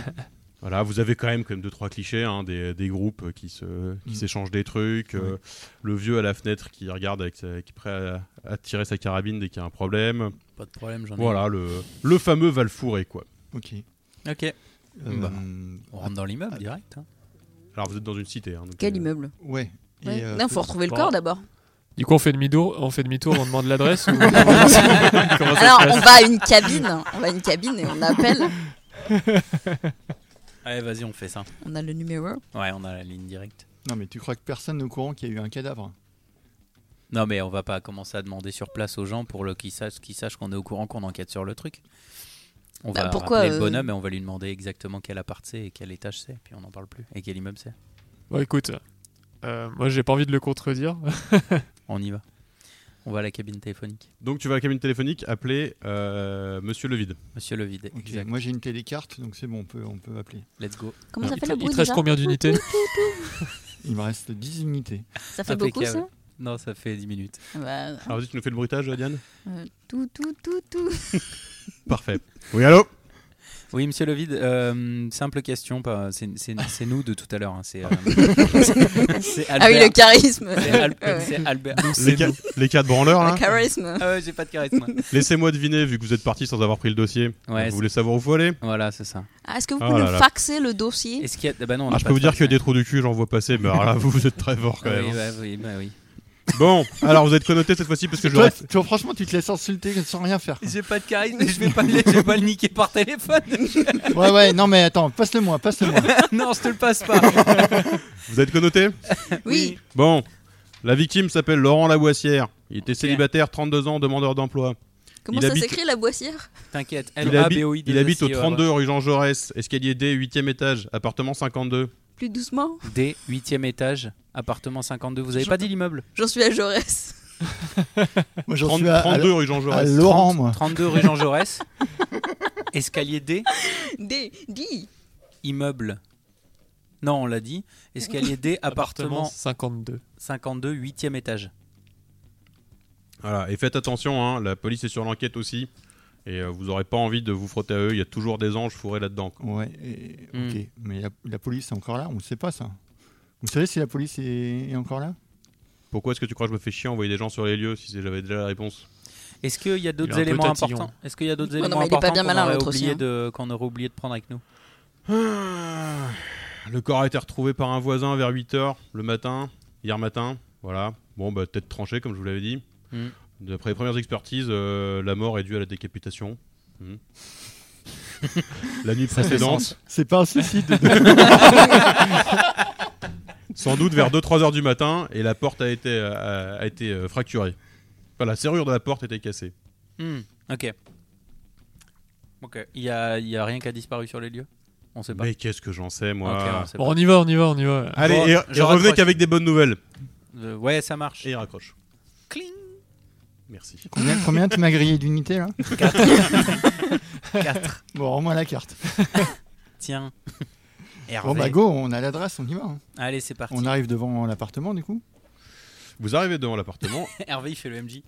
S1: voilà, vous avez quand même, quand même deux trois clichés, hein, des, des groupes qui se qui
S3: Mm.
S1: s'échangent des trucs, euh, le vieux à la fenêtre qui regarde avec sa- qui est prêt à, à tirer sa carabine dès qu'il y a un problème.
S3: Ah
S4: Pas de problème, j'en ai.
S1: Voilà le le fameux Valfouré quoi.
S3: Ok.
S4: Ok.
S3: Euh,
S4: Bah. On rentre dans l'immeuble direct. hein.
S1: Alors vous êtes dans une cité. Hein, donc,
S2: Quel
S1: euh,
S2: immeuble
S3: Ouais. Et,
S2: Ouais.
S3: euh,
S2: Non, faut retrouver le
S5: bon.
S2: corps d'abord.
S5: Du coup, on fait demi-tour, on, fait demi on demande l'adresse. ou- Comment ça
S2: Alors,
S5: se
S2: on
S5: passe
S2: va à une cabine. On va à une cabine et on appelle.
S4: Allez, vas-y, on fait ça.
S2: On a le numéro.
S4: Ouais, on a la ligne directe.
S3: Non, mais tu crois que personne n'est au courant qu'il y a eu un cadavre
S4: Non, mais on va pas commencer à demander sur place aux gens pour le- qu'ils sachent qu'ils sachent qu'on est au courant qu'on enquête sur le truc. On
S2: Bah,
S4: va
S2: pourquoi,
S4: appeler le
S2: euh,
S4: bonhomme et on va lui demander exactement quel appart c'est et quel étage c'est. Puis on n'en parle plus. Et quel immeuble c'est.
S5: Bon, écoute, euh, moi, j'ai pas envie de le contredire.
S4: On y va. On va à la cabine téléphonique.
S1: Donc tu vas à la cabine téléphonique appeler euh, Monsieur Levide.
S4: Monsieur Levide.
S3: Ok,
S4: Exact.
S3: Moi, j'ai une télécarte, donc c'est bon, on peut, on peut appeler.
S4: Let's go.
S2: Comment ça
S5: il
S2: fait
S5: te,
S2: le
S5: il
S2: bruit
S5: te reste
S2: déjà
S5: combien d'unités
S3: Il me reste 10 unités.
S2: Ça fait beaucoup ça
S4: Impeccable. Non, ça fait 10 minutes.
S2: Bah,
S1: Alors vas-y, tu nous fais le bruitage, euh, Diane
S2: euh, Tout, tout, tout, tout.
S1: Parfait. Oui, allô
S4: Oui, monsieur Levide, euh, simple question. pas- C'est c'est- c'est nous de tout à l'heure. hein, C'est euh, c'est
S2: Ah oui,
S4: Albert.
S2: le charisme.
S4: C'est Al-
S2: Ouais.
S4: c'est Albert.
S1: les, ca- les quatre branleurs, là
S2: Le charisme.
S4: Ah ouais, j'ai pas de charisme. moi.
S1: Laissez-moi deviner, vu que vous êtes parti sans avoir pris le dossier.
S4: Ouais,
S1: vous voulez savoir où faut aller
S4: Voilà, c'est ça.
S2: Ah, Est-ce que vous
S1: Ah
S2: pouvez
S1: là
S2: nous
S1: là.
S2: faxer le dossier
S4: Est-ce qu'il y a... ah bah non, on
S1: Ah,
S4: a
S1: Je
S4: pas
S1: peux vous
S4: de
S1: dire
S4: fax,
S1: qu'il y a
S4: ouais.
S1: des trous du cul, j'en vois passer, mais alors là, vous, vous êtes très fort quand
S4: Ah
S1: même.
S4: oui,
S1: hein.
S4: bah oui, bah oui.
S1: Bon, alors vous êtes connoté cette fois-ci parce que je le
S3: Toi,
S1: reste.
S3: tu- toi, franchement, tu te laisses insulter sans rien faire. quoi.
S4: J'ai pas de charisme, mais je vais pas, le- je vais pas le niquer par téléphone.
S3: Ouais, ouais, non, mais attends, passe-le-moi, passe-le-moi.
S4: non, je te le passe pas.
S1: Vous êtes connoté
S2: Oui.
S1: Bon, la victime s'appelle Laurent Lavoissière. Il était célibataire, 32 ans, demandeur d'emploi.
S2: Comment
S1: Il
S2: ça
S1: habite-
S2: s'écrit la boissière
S4: T'inquiète.
S1: Il, habite- il habite
S4: E,
S1: au 32 rue Jean Jaurès, escalier D, 8ème étage, appartement 52.
S2: Plus doucement.
S4: D, 8ème étage, appartement 52. Vous avez
S2: Je-
S4: pas dit l'immeuble
S2: J'en suis à Jaurès.
S3: Moi, j'en
S1: 30
S3: suis à, à-
S1: 32 rue Jean
S3: à
S1: Jaurès.
S3: Laurent, moi.
S4: 32 rue Jean Jaurès. Escalier D,
S2: D. D.
S4: immeuble Non, on l'a dit. Escalier D, appartement
S5: Appartement 52.
S4: 52, 8e étage.
S1: Voilà, et faites attention, hein, la police est sur l'enquête aussi. Et euh, vous n'aurez pas envie de vous frotter à eux, il y a toujours des anges fourrés là-dedans. quoi.
S3: Ouais, et- ok. Mais la, la police est encore là On ne sait pas ça. Vous savez si la police est, est encore là
S1: Pourquoi est-ce que tu crois que je me fais chier à envoyer des gens sur les lieux si j'avais déjà la réponse
S4: Est-ce qu'il y a
S1: Il
S4: d'autres
S1: est un
S4: éléments
S1: peu tatillon.
S4: importants Est-ce qu'il y a d'autres
S2: Ouais, Oh non,
S4: éléments
S2: mais il est pas
S4: importants
S2: bien
S4: qu'on
S2: malin,
S4: aurait
S2: l'autre aussi,
S4: oublié
S2: hein.
S4: de- qu'on aurait oublié de prendre avec nous
S1: Ah, Le corps a été retrouvé par un voisin vers 8h le matin, hier matin. Voilà. Bon, bah, tête tranchée, comme je vous l'avais dit.
S4: Mm.
S1: D'après les premières expertises, euh, la mort est due à la décapitation. Mm. la nuit
S3: Ça fait
S1: précédente.
S3: sens. C'est pas un suicide.
S1: Sans doute vers 2-3 heures du matin, et la porte a été, euh, a été euh, fracturée. Enfin, la serrure de la porte était cassée.
S4: Hmm, Ok. Ok. Il n'y a, il y a rien qui a disparu sur les lieux On sait pas.
S1: Mais qu'est-ce que j'en sais, moi
S4: Ok, on sait
S5: Bon, on y va, on y va, on y va.
S1: Allez,
S4: Bon,
S1: et,
S4: je
S1: et revenez
S4: raccroche.
S1: qu'avec des bonnes nouvelles.
S4: Euh, ouais, ça marche.
S1: Et il raccroche.
S4: Cling
S1: Merci.
S3: Combien, combien tu m'as grillé d'unités là
S4: Quatre. Quatre.
S3: Bon, rends-moi la carte.
S4: Tiens.
S3: Bon,
S4: Hervé.
S3: bah go, on a l'adresse, on y va. hein.
S4: Allez, c'est parti.
S3: On arrive devant l'appartement du coup
S1: Vous arrivez devant l'appartement.
S4: Hervé, il fait le MJ.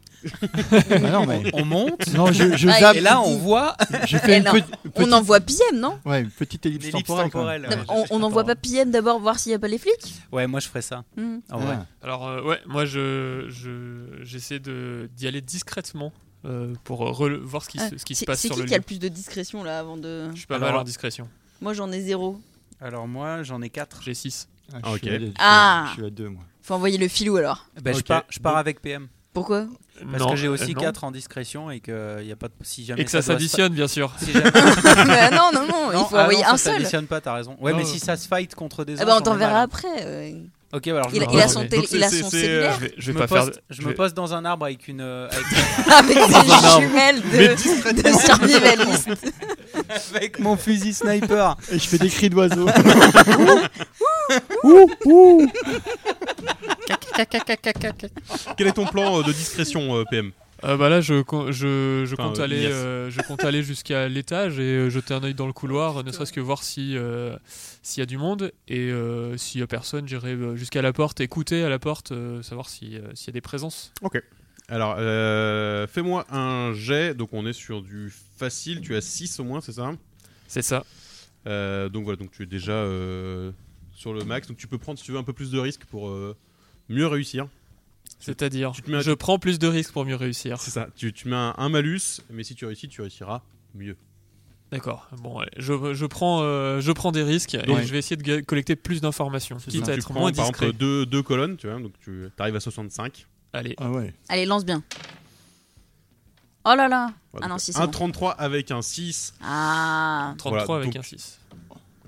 S3: Bah non, mais-
S4: On monte.
S3: Non, je, je
S4: Ah,
S3: zappe.
S4: Et là, on voit.
S3: J'ai fait
S2: Eh
S3: une
S2: non,
S3: petite-
S2: On
S3: petite-
S2: envoie PM, non
S3: Ouais, une petite ellipse,
S4: Une ellipse
S3: temporelle. quand même.
S4: temporelle, ouais.
S2: On- On n'envoie pas PM d'abord voir s'il n'y a pas les flics
S4: Ouais, moi, je ferais ça.
S2: Hmm.
S4: En vrai.
S3: Ah.
S5: Alors euh, ouais, moi je je- j'essaie de d'y aller discrètement euh, pour rele- voir ce qui
S2: Ah,
S5: se, ce qui se
S2: c'est-
S5: passe
S2: C'est
S5: sur
S2: qui
S5: le
S2: qui a
S5: lieu.
S2: le plus de discrétion là avant de.
S5: Je suis pas
S4: Alors-
S5: mal en discrétion.
S2: Moi j'en ai zéro.
S4: Alors, moi, j'en ai 4.
S5: J'ai 6.
S3: Ah, je suis
S1: Ok.
S3: à deux,
S2: Ah.
S3: Je suis à deux, moi.
S2: Faut envoyer le filou alors.
S4: Ben, je
S1: Ok.
S4: pars, je pars avec PM.
S2: Pourquoi
S4: Parce
S5: Non,
S4: que j'ai aussi
S5: euh, non.
S4: 4 en discrétion et que, euh, y a pas de... si jamais
S5: Et que ça
S4: doit se-
S5: s'additionne bien sûr.
S4: Si jamais-
S2: Bah non, non, non, il faut
S4: ah
S2: envoyer
S4: non, ça
S2: un seul.
S4: s'additionne pas, t'as raison. Ouais,
S5: Non.
S4: mais si ça se fight contre des
S2: Ah bah on
S4: anges, est
S2: t'enverra
S4: mal.
S2: après. euh.
S4: Ok, alors je
S2: Il
S4: me
S2: a-
S4: pose-
S2: il a son
S5: Donc,
S2: tél-
S1: c'est-
S2: il a
S1: c'est-
S2: son
S1: c'est, euh,
S2: cellulaire.
S5: Je vais, je
S4: Je
S5: vais
S4: me
S5: pas
S4: pose-
S5: faire.
S4: Je,
S5: je
S4: me
S5: vais-
S4: pose dans un arbre avec une. euh,
S2: Avec
S4: avec, arbre.
S2: ses jumelles de, de survivaliste.
S4: avec mon fusil sniper.
S3: Et je fais des cris d'oiseau.
S1: Quel est ton plan euh, de discrétion, euh, PM
S5: Euh, bah là je com- je, je
S1: Enfin,
S5: compte
S1: euh,
S5: aller
S1: yes.
S5: euh, je compte aller jusqu'à l'étage et euh, jeter un œil dans le couloir, ne serait-ce que voir si euh, s'il y a du monde et euh, s'il y a personne, j'irai euh, jusqu'à la porte, écouter à la porte, euh, savoir si, euh, s'il y a des présences.
S1: Alors, euh, fais-moi un jet. Donc, on est sur du facile. Tu as 6 au moins, c'est ça
S5: C'est ça.
S1: Euh, Donc, voilà. Donc, tu es déjà euh, sur le max. Donc, tu peux prendre, si tu veux, un peu plus de risques pour euh, mieux réussir.
S5: C'est-à-dire,
S1: tu te mets à-
S5: je prends plus de risques pour mieux réussir.
S1: C'est ça. Tu, tu mets un, un malus, mais si tu réussis, tu réussiras mieux.
S5: D'accord. Bon, ouais. je, je prends, euh, je prends des risques et
S3: Donc-
S5: je vais essayer de ga- collecter plus d'informations, quitte
S1: Donc,
S5: à
S1: tu
S5: être
S1: prends,
S5: moins
S1: par
S5: discret.
S1: exemple, deux, deux colonnes, tu vois. Donc, tu arrives à 65.
S5: Allez,
S3: Ah ouais.
S2: Allez, lance bien. Oh là là.
S1: Voilà,
S2: Ah non,
S1: donc,
S2: si, c'est
S1: un
S2: bon.
S1: 33 avec un 6.
S2: Ah.
S5: 33
S1: Voilà,
S5: avec
S1: donc-
S5: un 6.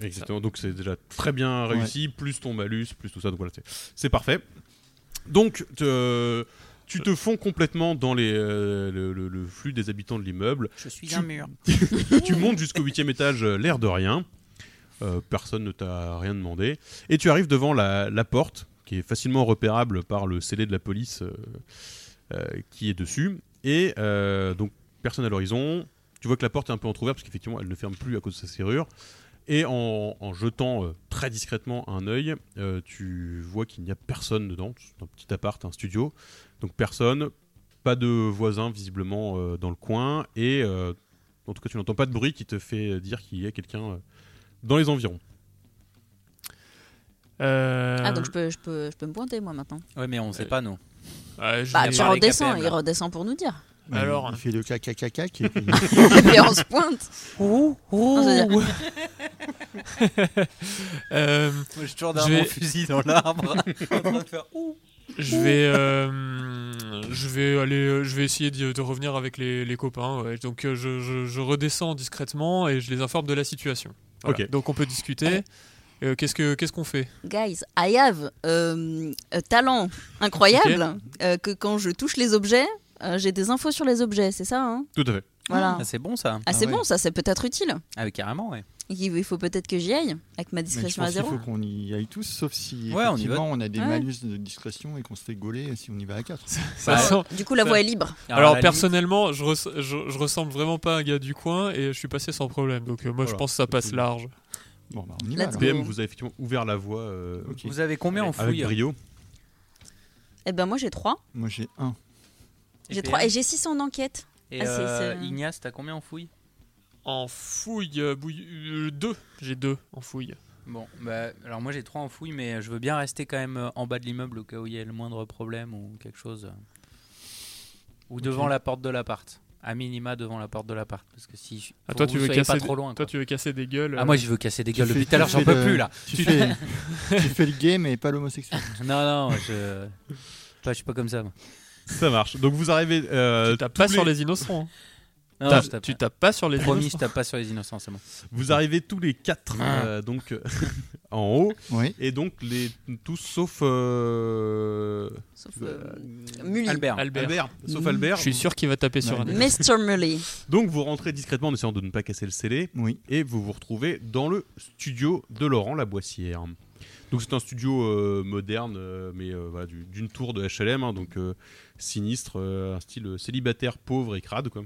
S1: Exactement, donc c'est déjà très bien réussi, plus ton malus, plus tout ça, donc voilà, c'est- c'est parfait. Donc, te- tu te fonds complètement dans les, euh, le, le- le flux des habitants de l'immeuble.
S4: Je suis
S1: Tu-
S4: un mur.
S1: tu montes jusqu'au huitième étage, euh, l'air de rien. Euh, personne ne t'a rien demandé. Et tu arrives devant la, la porte, qui est facilement repérable par le scellé de la police euh, euh, qui est dessus. Et euh, donc, personne à l'horizon. Tu vois que la porte est un peu entrouverte, parce qu'effectivement, elle ne ferme plus à cause de sa serrure. Et en, en jetant euh, très discrètement un œil, euh, tu vois qu'il n'y a personne dedans. C'est un petit appart, un studio. Donc personne, pas de voisins visiblement euh, dans le coin. Et euh, en tout cas, tu n'entends pas de bruit qui te fait dire qu'il y a quelqu'un euh, dans les environs.
S5: Euh,
S2: Ah donc je peux, je peux, je peux me pointer moi maintenant.
S4: Ouais, mais on sait pas, nous.
S5: ouais, je-
S2: Bah
S4: vais
S2: tu
S4: parler
S2: redescends,
S4: KPM,
S2: il
S4: là.
S2: redescend pour nous dire.
S5: Alors.
S3: Il fait le caca caca cac. et puis-
S2: Et puis on se pointe. Non, je veux dire,
S5: euh,
S4: Moi, j'ai toujours
S5: Je
S4: derrière
S5: vais-
S4: mon fusil dans l'arbre. en train de faire ouh.
S5: je vais, euh, je vais aller, euh, je vais essayer de, de revenir avec les, les copains. ouais. Donc euh, je, je- je redescends discrètement et je les informe de la situation. Voilà.
S1: Ok.
S5: Donc on peut discuter. Euh, qu'est-ce que qu'est-ce qu'on fait
S2: Guys, I have euh, un talent incroyable euh, que quand je touche les objets, euh, j'ai des infos sur les objets, c'est ça hein
S1: Tout à fait.
S2: Voilà.
S4: Ah, c'est bon, ça.
S2: Ah, c'est
S3: ouais.
S2: bon, ça, c'est peut-être utile.
S4: Ah, oui, carrément, ouais.
S2: Il faut peut-être que j'y aille avec ma
S3: Mais je
S2: discrétion à
S3: pense qu'il
S2: zéro.
S3: faut qu'on y aille tous, sauf si
S4: Ouais, on y va.
S3: effectivement, on, a des
S2: Ouais.
S3: malus de discrétion et qu'on se fait gauler si on y va à 4.
S5: Ça
S4: Bah,
S5: sent-
S2: Euh, Du coup, la
S5: Ça-
S2: voie est libre.
S5: Alors,
S4: à la limite-
S5: personnellement, je, res- je, je ressemble vraiment pas à un gars du coin et je suis passé sans problème. Donc euh, moi je
S1: Voilà.
S5: pense que ça passe large.
S3: Bon, bah, on y va,
S1: Le
S3: alors.
S1: PM vous a effectivement ouvert la voie. euh,
S4: Vous avez combien en
S1: Avec
S4: fouille
S1: brio.
S2: Eh ben moi j'ai 3.
S3: Moi j'ai un.
S2: J'ai
S4: Et
S2: trois
S4: PM?
S2: et j'ai 6 en enquête.
S4: Et
S2: Ah, c'est-
S4: euh,
S2: c'est-
S4: Ignace, t'as combien en fouille
S5: En fouille, euh, bouille- euh, deux. J'ai deux en fouille.
S4: Bon, bah, alors moi j'ai trois en fouille, mais je veux bien rester quand même euh, en bas de l'immeuble au cas où il y a le moindre problème ou quelque chose. euh, Ou devant la porte de l'appart. À minima devant la porte de l'appart. Parce que si.
S5: Ah,
S4: faut
S5: toi,
S4: que
S5: tu
S4: vous
S5: veux
S4: soyez
S5: casser
S4: pas
S5: des-
S4: trop loin.
S5: toi, tu veux casser des gueules,
S4: Ah,
S5: euh,
S4: moi je veux casser des
S5: Tu
S4: gueules
S5: fais-
S4: depuis tout à l'heure,
S5: tu
S4: j'en
S5: fais
S4: peux
S5: le-
S4: plus là.
S3: Tu fais, tu fais le gay mais pas l'homosexuel.
S4: Non, non, je. Toi, je suis pas comme ça. Moi.
S1: Ça marche. Donc vous arrivez. Euh,
S4: Tu tapes
S1: tous
S4: pas sur
S5: les innocents, hein.
S4: Non,
S1: Tape-
S4: je tape
S1: tu
S4: pas.
S1: tapes pas sur les
S4: Promis,
S1: innocents.
S4: je tape pas sur les innocents, c'est bon.
S1: Vous arrivez tous les quatre
S4: Ah.
S1: euh, donc en haut
S3: Oui.
S1: et donc les tous sauf euh, euh,
S2: Mully.
S4: Albert.
S1: Albert.
S2: Albert.
S1: sauf
S2: Mmh.
S1: Albert.
S5: Mm. Je suis sûr qu'il va taper sur un
S2: Mr. Mully.
S1: Donc vous rentrez discrètement en essayant de ne pas casser le scellé et vous vous retrouvez dans le studio de Laurent Laboissière. Donc c'est un studio euh, moderne euh, mais euh, voilà, du- d'une tour de HLM hein, donc euh, sinistre euh, un style célibataire pauvre et crade quoi.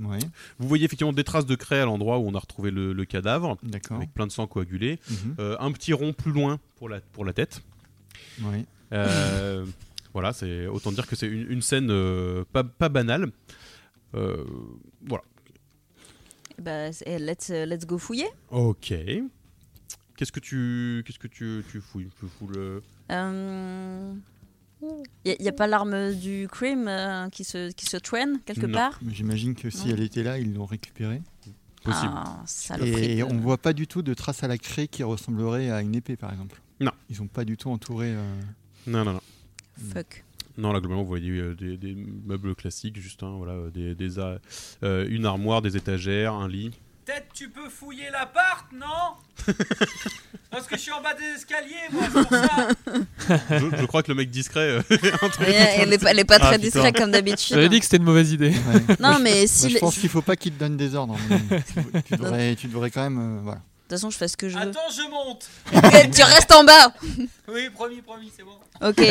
S3: Ouais.
S1: Vous voyez effectivement des traces de craie à l'endroit où on a retrouvé le, le cadavre,
S3: D'accord.
S1: avec plein de sang coagulé.
S3: Mhm.
S1: Euh, un petit rond plus loin pour la, pour la tête.
S3: Ouais.
S1: Euh, voilà, c'est autant dire que c'est une, une scène euh, pas, pas banale. Euh, voilà.
S2: Bah, c'est- eh, let's, euh, let's go fouiller.
S1: Ok. Qu'est-ce que tu qu'est-ce que tu, tu fouilles Tu fouilles le-
S2: Euh... Il n'y a, pas l'arme du crime euh, qui, se, qui se traîne quelque
S3: Non.
S2: part
S3: Mais J'imagine que si
S2: Non.
S3: elle était là, ils l'ont récupérée.
S2: Possible. Ah, saloperie
S3: Et
S2: de-
S3: on voit pas du tout de traces à la craie qui ressemblerait à une épée, par exemple.
S1: Non.
S3: Ils ont pas du tout entouré. euh,
S1: Non, non, non.
S2: Fuck.
S1: Non, là, globalement, vous voyez euh, des, des meubles classiques, juste hein, voilà, euh, des, des a- euh, une armoire, des étagères, un lit.
S4: Peut-être tu peux fouiller l'appart, non Parce que je suis en bas des escaliers, moi, c'est pour ça.
S1: je, je crois que le mec discret. euh, un truc-
S2: Ouais, elle est pas- elle est pas très
S1: putain.
S2: discrète comme d'habitude.
S5: J'avais dit que c'était une mauvaise idée.
S2: Non, mais
S3: Moi,
S2: si
S3: je
S2: le-
S3: pense qu'il faut pas qu'ils te donnent des ordres. à mon avis. tu, tu devrais, tu devrais quand même. euh, voilà.
S2: De toute façon, je fais ce que je veux.
S4: Attends, je monte.
S2: tu restes en bas.
S4: Oui, promis, promis, c'est bon.
S2: Ok.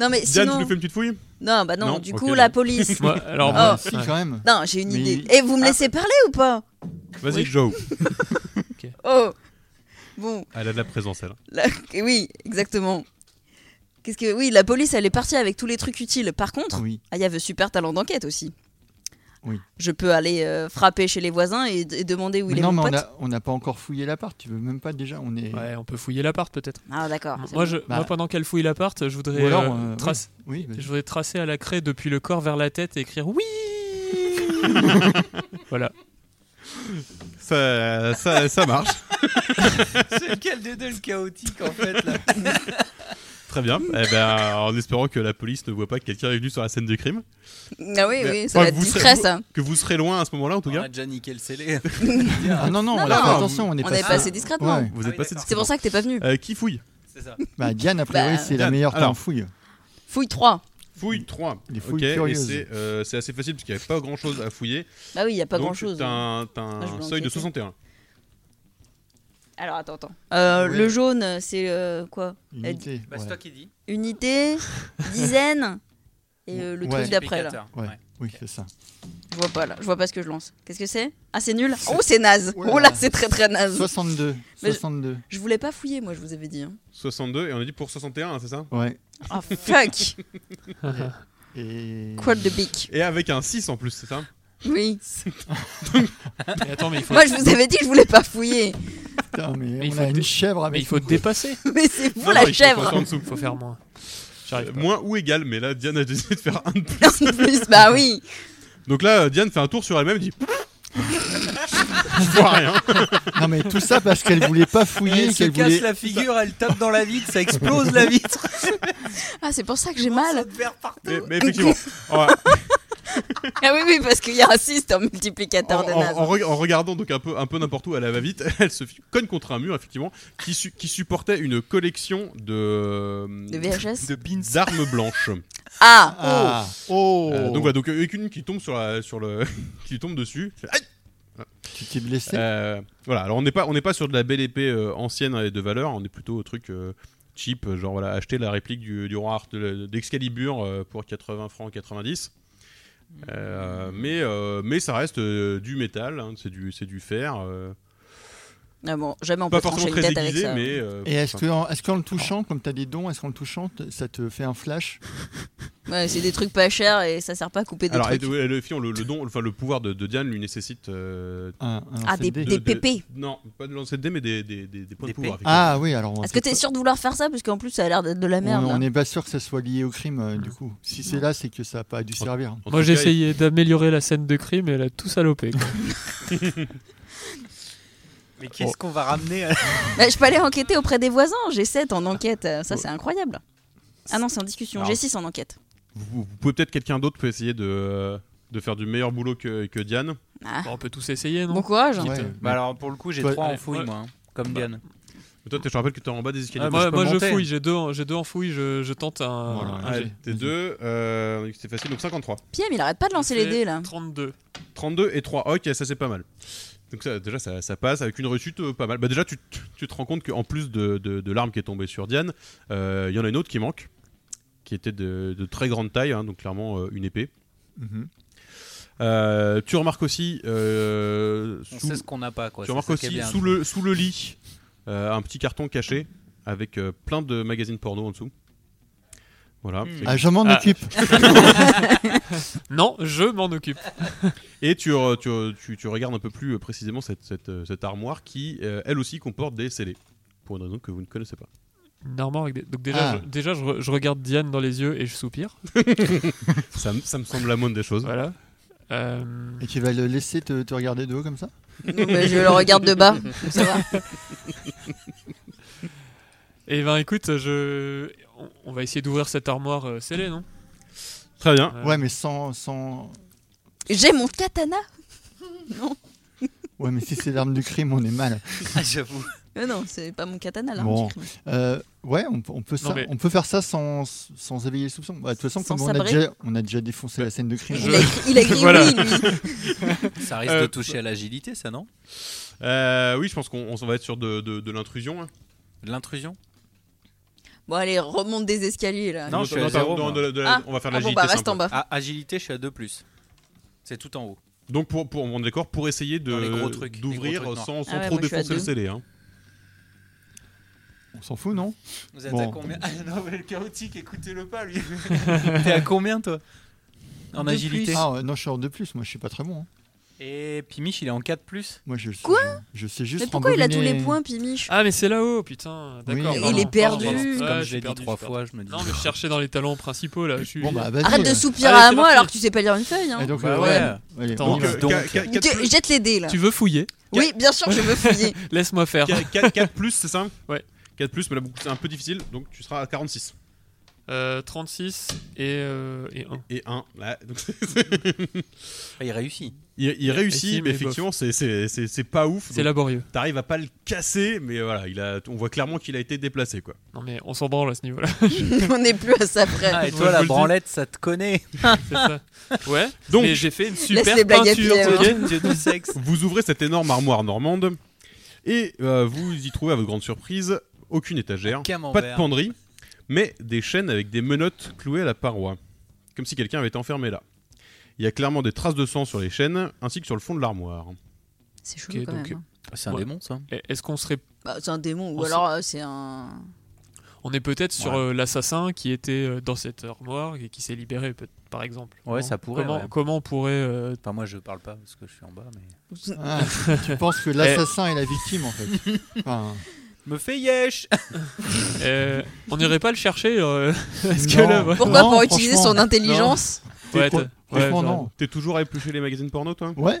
S2: Non mais
S1: Diane,
S2: sinon.
S1: tu nous fais une petite fouille
S2: Non, bah non.
S1: Non,
S2: du
S1: ok,
S2: coup,
S1: non.
S2: la police.
S1: Moi,
S3: Ah,
S1: alors, moi, si, quand même.
S2: Non, j'ai une
S1: Mais-
S2: idée. Et vous me laissez parler ou pas
S1: Vas-y, Joe.
S2: Oh. Bon.
S1: Elle a de la présence, elle.
S2: La- Oui, exactement. Qu'est-ce que oui, la police, elle est partie avec tous les trucs utiles. Par contre,
S3: Oui.
S2: ah, il y avait super talent d'enquête aussi.
S3: Oui.
S2: Je peux aller euh, frapper chez les voisins et, et demander où
S3: Mais
S2: il est
S3: non,
S2: mon
S3: mais
S2: pote.
S3: on a- on n'a pas encore fouillé l'appart. Tu veux même pas déjà. On est.
S5: Ouais, on peut fouiller l'appart peut-être.
S2: Ah d'accord. c'est
S5: Moi,
S2: bon.
S5: je, moi, pendant qu'elle fouille l'appart, je voudrais
S3: Ou alors,
S5: euh,
S3: euh,
S5: trace-
S3: oui, oui, vas-y.
S5: je voudrais tracer à la craie depuis le corps vers la tête et écrire oui. voilà.
S1: Ça, ça, ça marche.
S4: C'est lequel des deux le chaotique, en fait, là
S1: Très bien. Eh ben, en espérant que la police ne voit pas que quelqu'un est venu sur la scène du crime.
S2: Ah oui, oui, ça va être
S1: vous
S2: discret,
S1: serez-
S2: ça.
S1: Que vous serez loin à ce moment-là, en tout
S4: On
S1: cas.
S4: a déjà niqué le scellé.
S3: Ah non, non, on a fait attention, on est
S2: on
S3: passé.
S2: est passé discrètement.
S1: Vous êtes passé
S2: Ah C'est pour ça que t'es pas venu.
S1: Euh, qui fouille
S4: C'est ça.
S3: Bah, Diane, a priori,
S2: Bah,
S3: c'est la
S1: Diane,
S3: meilleure
S1: alors.
S3: en fouille.
S2: Fouille 3.
S1: Fouille 3.
S3: Les fouilles
S1: Ok, et
S3: curieuses.
S1: c'est euh, c'est assez facile parce qu'il n'y avait pas grand chose à fouiller.
S2: Bah oui, il y a pas
S1: Donc,
S2: grand-chose.
S1: T'as un, t'as
S2: Ah, je
S1: un
S2: vais
S1: seuil de
S2: enquêter.
S1: 61.
S2: Alors attends, attends. Euh,
S3: Ah Ouais.
S2: Le jaune, c'est euh, quoi
S3: Unité,
S2: Euh,
S4: Bah, c'est toi qui dis.
S2: Unité, dizaine et euh, le
S3: Ouais.
S2: truc d'après là.
S3: Ouais. Oui, c'est ça.
S2: Mmh. Je vois pas là, je vois pas ce que je lance. Qu'est-ce que c'est Ah c'est nul. Oh c'est naze. Oh là c'est très très naze.
S3: 62.
S2: Mais je-
S3: 62.
S2: Je voulais pas fouiller moi, je vous avais dit. hein.
S1: 62, et on a dit pour 61, hein, c'est ça
S3: Ouais.
S2: Ah fuck.
S3: Et...
S2: Quoi de bic
S1: Et avec un 6 en plus, c'est ça
S2: Oui.
S5: Mais attends, mais il faut.
S2: Moi je vous avais dit que je voulais pas fouiller.
S3: Putain, mais,
S5: Mais il
S3: on
S5: faut
S3: a
S5: dé-
S3: une chèvre
S5: Mais
S3: avec
S5: il faut dépasser.
S2: Mais c'est vous
S1: Non,
S2: la
S1: non, il faut
S2: chèvre.
S1: passer en dessous.
S5: Faut faire moins. J'arrive pas.
S1: Moins ou égal, mais là, Diane a décidé de faire un de plus.
S2: En plus bah oui.
S1: Donc là, euh, Diane fait un tour sur elle-même et dit Je vois rien.
S3: Non, mais tout ça parce qu'elle voulait pas fouiller,
S4: Elle se
S3: qu'elle
S4: casse
S3: voulait.
S4: la figure, elle tape dans la vitre, ça explose la vitre.
S2: Ah c'est pour ça que j'ai mal.
S1: Mais, mais effectivement, en,
S2: Ah oui oui parce qu'il y a un 6 en multiplicateur de
S1: en- en- en
S2: naze.
S1: reg- en regardant donc un peu un peu n'importe où à la va-vite, elle se fi- cogne contre un mur effectivement qui, su- qui supportait une collection de
S2: De VHS
S1: de bins d'armes blanches.
S2: Ah
S3: Ah. Oh.
S1: Euh, donc voilà, donc euh, avec une qui tombe sur la- sur le qui tombe dessus. Fait, Aïe
S3: Tu t'es blessé
S1: Euh, voilà, alors on n'est pas on n'est pas sur de la belle épée euh, ancienne et de valeur, on est plutôt au truc euh, cheap, euh, genre voilà, acheter la réplique du, du roi Arth- de la- d'Excalibur euh, pour 80 francs 90. Euh, mais euh, mais ça reste euh, du métal, hein, c'est du c'est du fer. euh,
S2: Ah bon, jamais on
S1: Pas
S2: peut trancher
S1: forcément
S2: une
S1: très
S2: tête avec
S1: aiguisé,
S2: ça.
S1: mais, euh,
S3: Et est-ce qu'en est qu'en le touchant, comme t'as des dons, est-ce qu'en le touchant, t- ça te fait un flash
S2: Ouais, c'est des trucs pas chers et ça sert pas à couper des
S1: Alors,
S2: trucs.
S1: et- ouais, le, fion, le, le don, enfin le pouvoir de, de Diane lui nécessite. euh,
S3: Ah, un
S2: Ah, des-
S1: de-
S2: des
S1: de-
S2: pépés.
S1: Non, pas de lancer de dés, mais des, des, des, des points de pouvoir.
S3: Ah
S1: effectivement.
S3: oui, alors. on-
S2: Est-ce que t'es sûr de vouloir faire ça Parce qu'en plus, ça a l'air d'être de la merde.
S3: On
S2: hein.
S3: n'est pas sûr que ça soit lié au crime, euh, du coup. Si c'est là, c'est que ça n'a pas dû servir.
S5: Moi j'ai essayé d'améliorer la scène de crime et elle a tout salopé. quoi.
S4: Mais
S5: Oh.
S4: qu'est-ce qu'on va ramener à...
S2: Bah, je peux aller enquêter auprès des voisins. J'ai 7 en enquête. Euh, Ça, c'est incroyable. Ah non, c'est en discussion.
S1: Alors-
S2: J'ai 6 en enquête.
S1: Vous, vous pouvez peut-être quelqu'un d'autre peut essayer de, euh, de faire du meilleur boulot que, que Diane.
S2: Ah.
S5: on peut tous essayer, non
S2: Bon courage.
S1: Quitte.
S4: Bah alors pour le coup j'ai
S1: Toi-
S4: trois en
S1: Ouais,
S4: fouille
S1: ouais.
S4: moi, hein, comme
S1: Bah,
S4: Diane.
S1: Mais toi, t'es- je te rappelle que t'es en bas des escaliers.
S5: Ah, moi, moi, je fouille, j'ai deux, en- j'ai deux en fouille, je, je tente un. un
S1: Allez,
S5: jet.
S1: t'es deux, euh, c'est facile, donc 53.
S2: Piem, il arrête pas de lancer les
S5: fait
S2: dés là.
S5: 32.
S1: 32 et 3. Ok, ça c'est pas mal. Donc ça, déjà ça, ça passe avec une réussite euh, pas mal. Bah déjà tu, t- tu te rends compte qu'en plus de, de, de l'arme qui est tombée sur Diane, euh, il y en a une autre qui manque, qui était de, de très grande taille, hein, donc clairement euh, une épée.
S3: Mhm.
S1: Euh, tu remarques aussi, euh,
S4: On
S1: sous-
S4: sait ce qu'on n'a pas, quoi,
S1: Tu
S4: c'est
S1: remarques
S4: ça qui est hein.
S1: aussi sous
S4: bien.
S1: le sous le lit euh, un petit carton caché avec euh, plein de magazines porno en dessous. Voilà.
S5: Hmm.
S1: C'est-
S3: Ah, je m'en
S5: Ah.
S3: occupe.
S5: non, je m'en occupe.
S1: Et tu, euh, tu, euh, tu- tu regardes un peu plus euh, précisément cette, cette, euh, cette armoire qui, euh, elle aussi, comporte des scellés. Pour une raison que vous ne connaissez pas.
S5: Normand, avec des- donc déjà,
S1: Ah.
S5: je, déjà je, re- je regarde Diane dans les yeux et je soupire.
S1: ça, me- ça me semble la moindre des choses.
S5: Voilà. Euh,
S3: Et tu vas le laisser te, te regarder de haut comme ça
S2: Non, mais je le regarde de bas. donc Ça va.
S5: Et ben écoute, je, on, on va essayer d'ouvrir cette armoire euh, scellée, non
S1: Très bien.
S5: Euh,
S3: Ouais, mais sans, sans.
S2: J'ai mon katana. Non.
S3: Ouais, mais si c'est l'arme du crime, on est mal.
S4: Ah, J'avoue.
S2: Mais Ah non, c'est pas mon katana là.
S3: Bon.
S2: j'ai cru.
S3: Euh, ouais, on, peut- on peut
S5: Non,
S3: ça,
S5: mais-
S3: on peut faire ça sans, sans éveiller les soupçons. Bah, de toute façon,
S2: Sans
S3: comme on a,
S2: sabrer.
S3: déjà, on a déjà défoncé la scène de crime.
S2: Il a écrit- il a écrit
S5: Voilà.
S2: oui, lui.
S4: Ça risque de toucher à l'agilité ça non
S1: Euh, oui, je pense qu'on on s'en va être sur de, de- de l'intrusion. hein.
S4: De L'intrusion
S2: Bon, allez, remonte des escaliers là.
S4: Non, je suis à
S1: pardon,
S4: zéro,
S1: dans-
S4: moi.
S1: de la- de la-
S2: Ah.
S1: On va faire de
S2: Ah bon,
S1: l'agilité
S2: bah, reste
S1: simple.
S2: en bas.
S4: Ah, agilité je suis à 2 plus. C'est tout en haut.
S1: Donc pour, pour mon décor, pour essayer de-
S4: Dans les gros trucs, les gros
S1: d'ouvrir
S4: trucs noirs.
S1: sans, sans
S2: Ah ouais,
S1: trop
S2: moi, je suis à
S1: défoncer le
S2: deux.
S1: scellé. hein.
S3: On s'en fout, non
S4: Vous êtes à
S3: Bon.
S4: combien Ah non mais le chaotique, écoutez-le pas lui. T'es à combien toi En
S3: Deux
S4: agilité.
S3: plus. Ah, ouais, non, je suis en 2 plus. Moi, je suis pas très bon. hein.
S4: Et puis Mich il est en 4 plus.
S3: Moi, je,
S2: Quoi
S3: je sais juste.
S2: Mais pourquoi il a tous les
S3: rembobiner-
S2: points, Pimiche
S5: Ah mais c'est là-haut, putain. D'accord.
S3: Il
S5: pardon.
S2: est perdu.
S5: Pardon, pardon.
S2: Comme
S5: Ouais,
S4: je
S5: suis
S4: l'ai dit
S5: perdu,
S4: trois
S5: suis perdu.
S4: fois, je me dis.
S5: Non mais je cherchais dans les talents principaux là. Euh, Je suis...
S3: Bon, bah, vas-y.
S2: Arrête de
S3: ouais.
S2: soupirer
S5: Allez,
S2: à
S5: c'est
S2: moi alors que
S5: parti.
S2: tu sais pas lire une feuille. hein.
S3: Et donc,
S4: Bah
S3: euh,
S4: ouais.
S3: ouais. Allez, on
S5: Attends,
S1: Donc,
S3: y va.
S1: euh,
S3: Donc,
S1: qua- qua-
S2: Tu-
S1: quatre plus-
S2: Jette les dés là.
S5: Tu veux fouiller
S2: Oui, bien sûr, je veux fouiller.
S5: Laisse-moi faire.
S1: qua- qua- quatre plus, c'est ça
S5: Ouais.
S1: 4 plus, mais là beaucoup- c'est un peu difficile, donc tu seras à 46.
S5: Euh, 36 et, euh, et 1.
S1: Et 1, là. donc
S4: Ah, il réussit.
S1: il, il réussit,
S5: si,
S1: mais
S5: mais bof.
S1: effectivement, c'est- c'est c'est- c'est pas ouf.
S5: C'est
S1: donc
S5: laborieux.
S1: T'arrives à pas le casser, mais euh, voilà, il a, on voit clairement qu'il a été déplacé, quoi.
S5: Non mais on s'en branle à ce niveau-là.
S2: On n'est plus à ça près.
S4: Ah, et toi
S5: Moi, je vous
S4: la
S5: le dis.
S4: branlette ça te connaît.
S5: C'est ça. Ouais.
S1: Donc-
S5: mais j'ai fait une super
S2: les blagues hein. à
S5: peinture.
S2: Pierre.
S5: ok
S4: Dieu du sexe.
S1: Vous ouvrez cette énorme armoire normande et euh, vous y trouvez, à votre grande surprise, aucune étagère, pas de
S4: Camembert.
S1: penderie, mais des chaînes avec des menottes clouées à la paroi, comme si quelqu'un avait été enfermé là. Il y a clairement des traces de sang sur les chaînes, ainsi que sur le fond de l'armoire.
S2: C'est chaud
S5: Ok,
S2: quand
S5: donc,
S2: même. hein.
S4: C'est un
S5: Ouais.
S4: démon ça.
S5: Et Est-ce qu'on serait,
S2: Bah, c'est un démon ou
S5: on
S2: alors euh, c'est un.
S5: on est peut-être sur
S4: Ouais.
S5: euh, l'assassin qui était euh, dans cette armoire et qui s'est libéré, peut- par exemple.
S4: Ouais, ça pourrait,
S5: Comment,
S4: ouais.
S5: comment on pourrait euh,
S4: Enfin moi je parle pas parce que je suis en bas mais.
S3: ah, tu penses
S1: Eh.
S3: que l'assassin est la victime, en fait. Enfin,
S4: Me fait yesh.
S5: euh, on n'irait pas le chercher euh, Parce que
S3: non.
S5: là, ouais.
S2: Pourquoi
S3: Non,
S2: pour utiliser
S3: franchement.
S2: son intelligence
S1: T'es
S5: ouais,
S1: quoi-
S5: t'as-
S3: Franchement,
S5: ouais,
S3: non.
S1: T'es toujours à éplucher les magazines porno, toi
S3: Ouais.
S2: Moi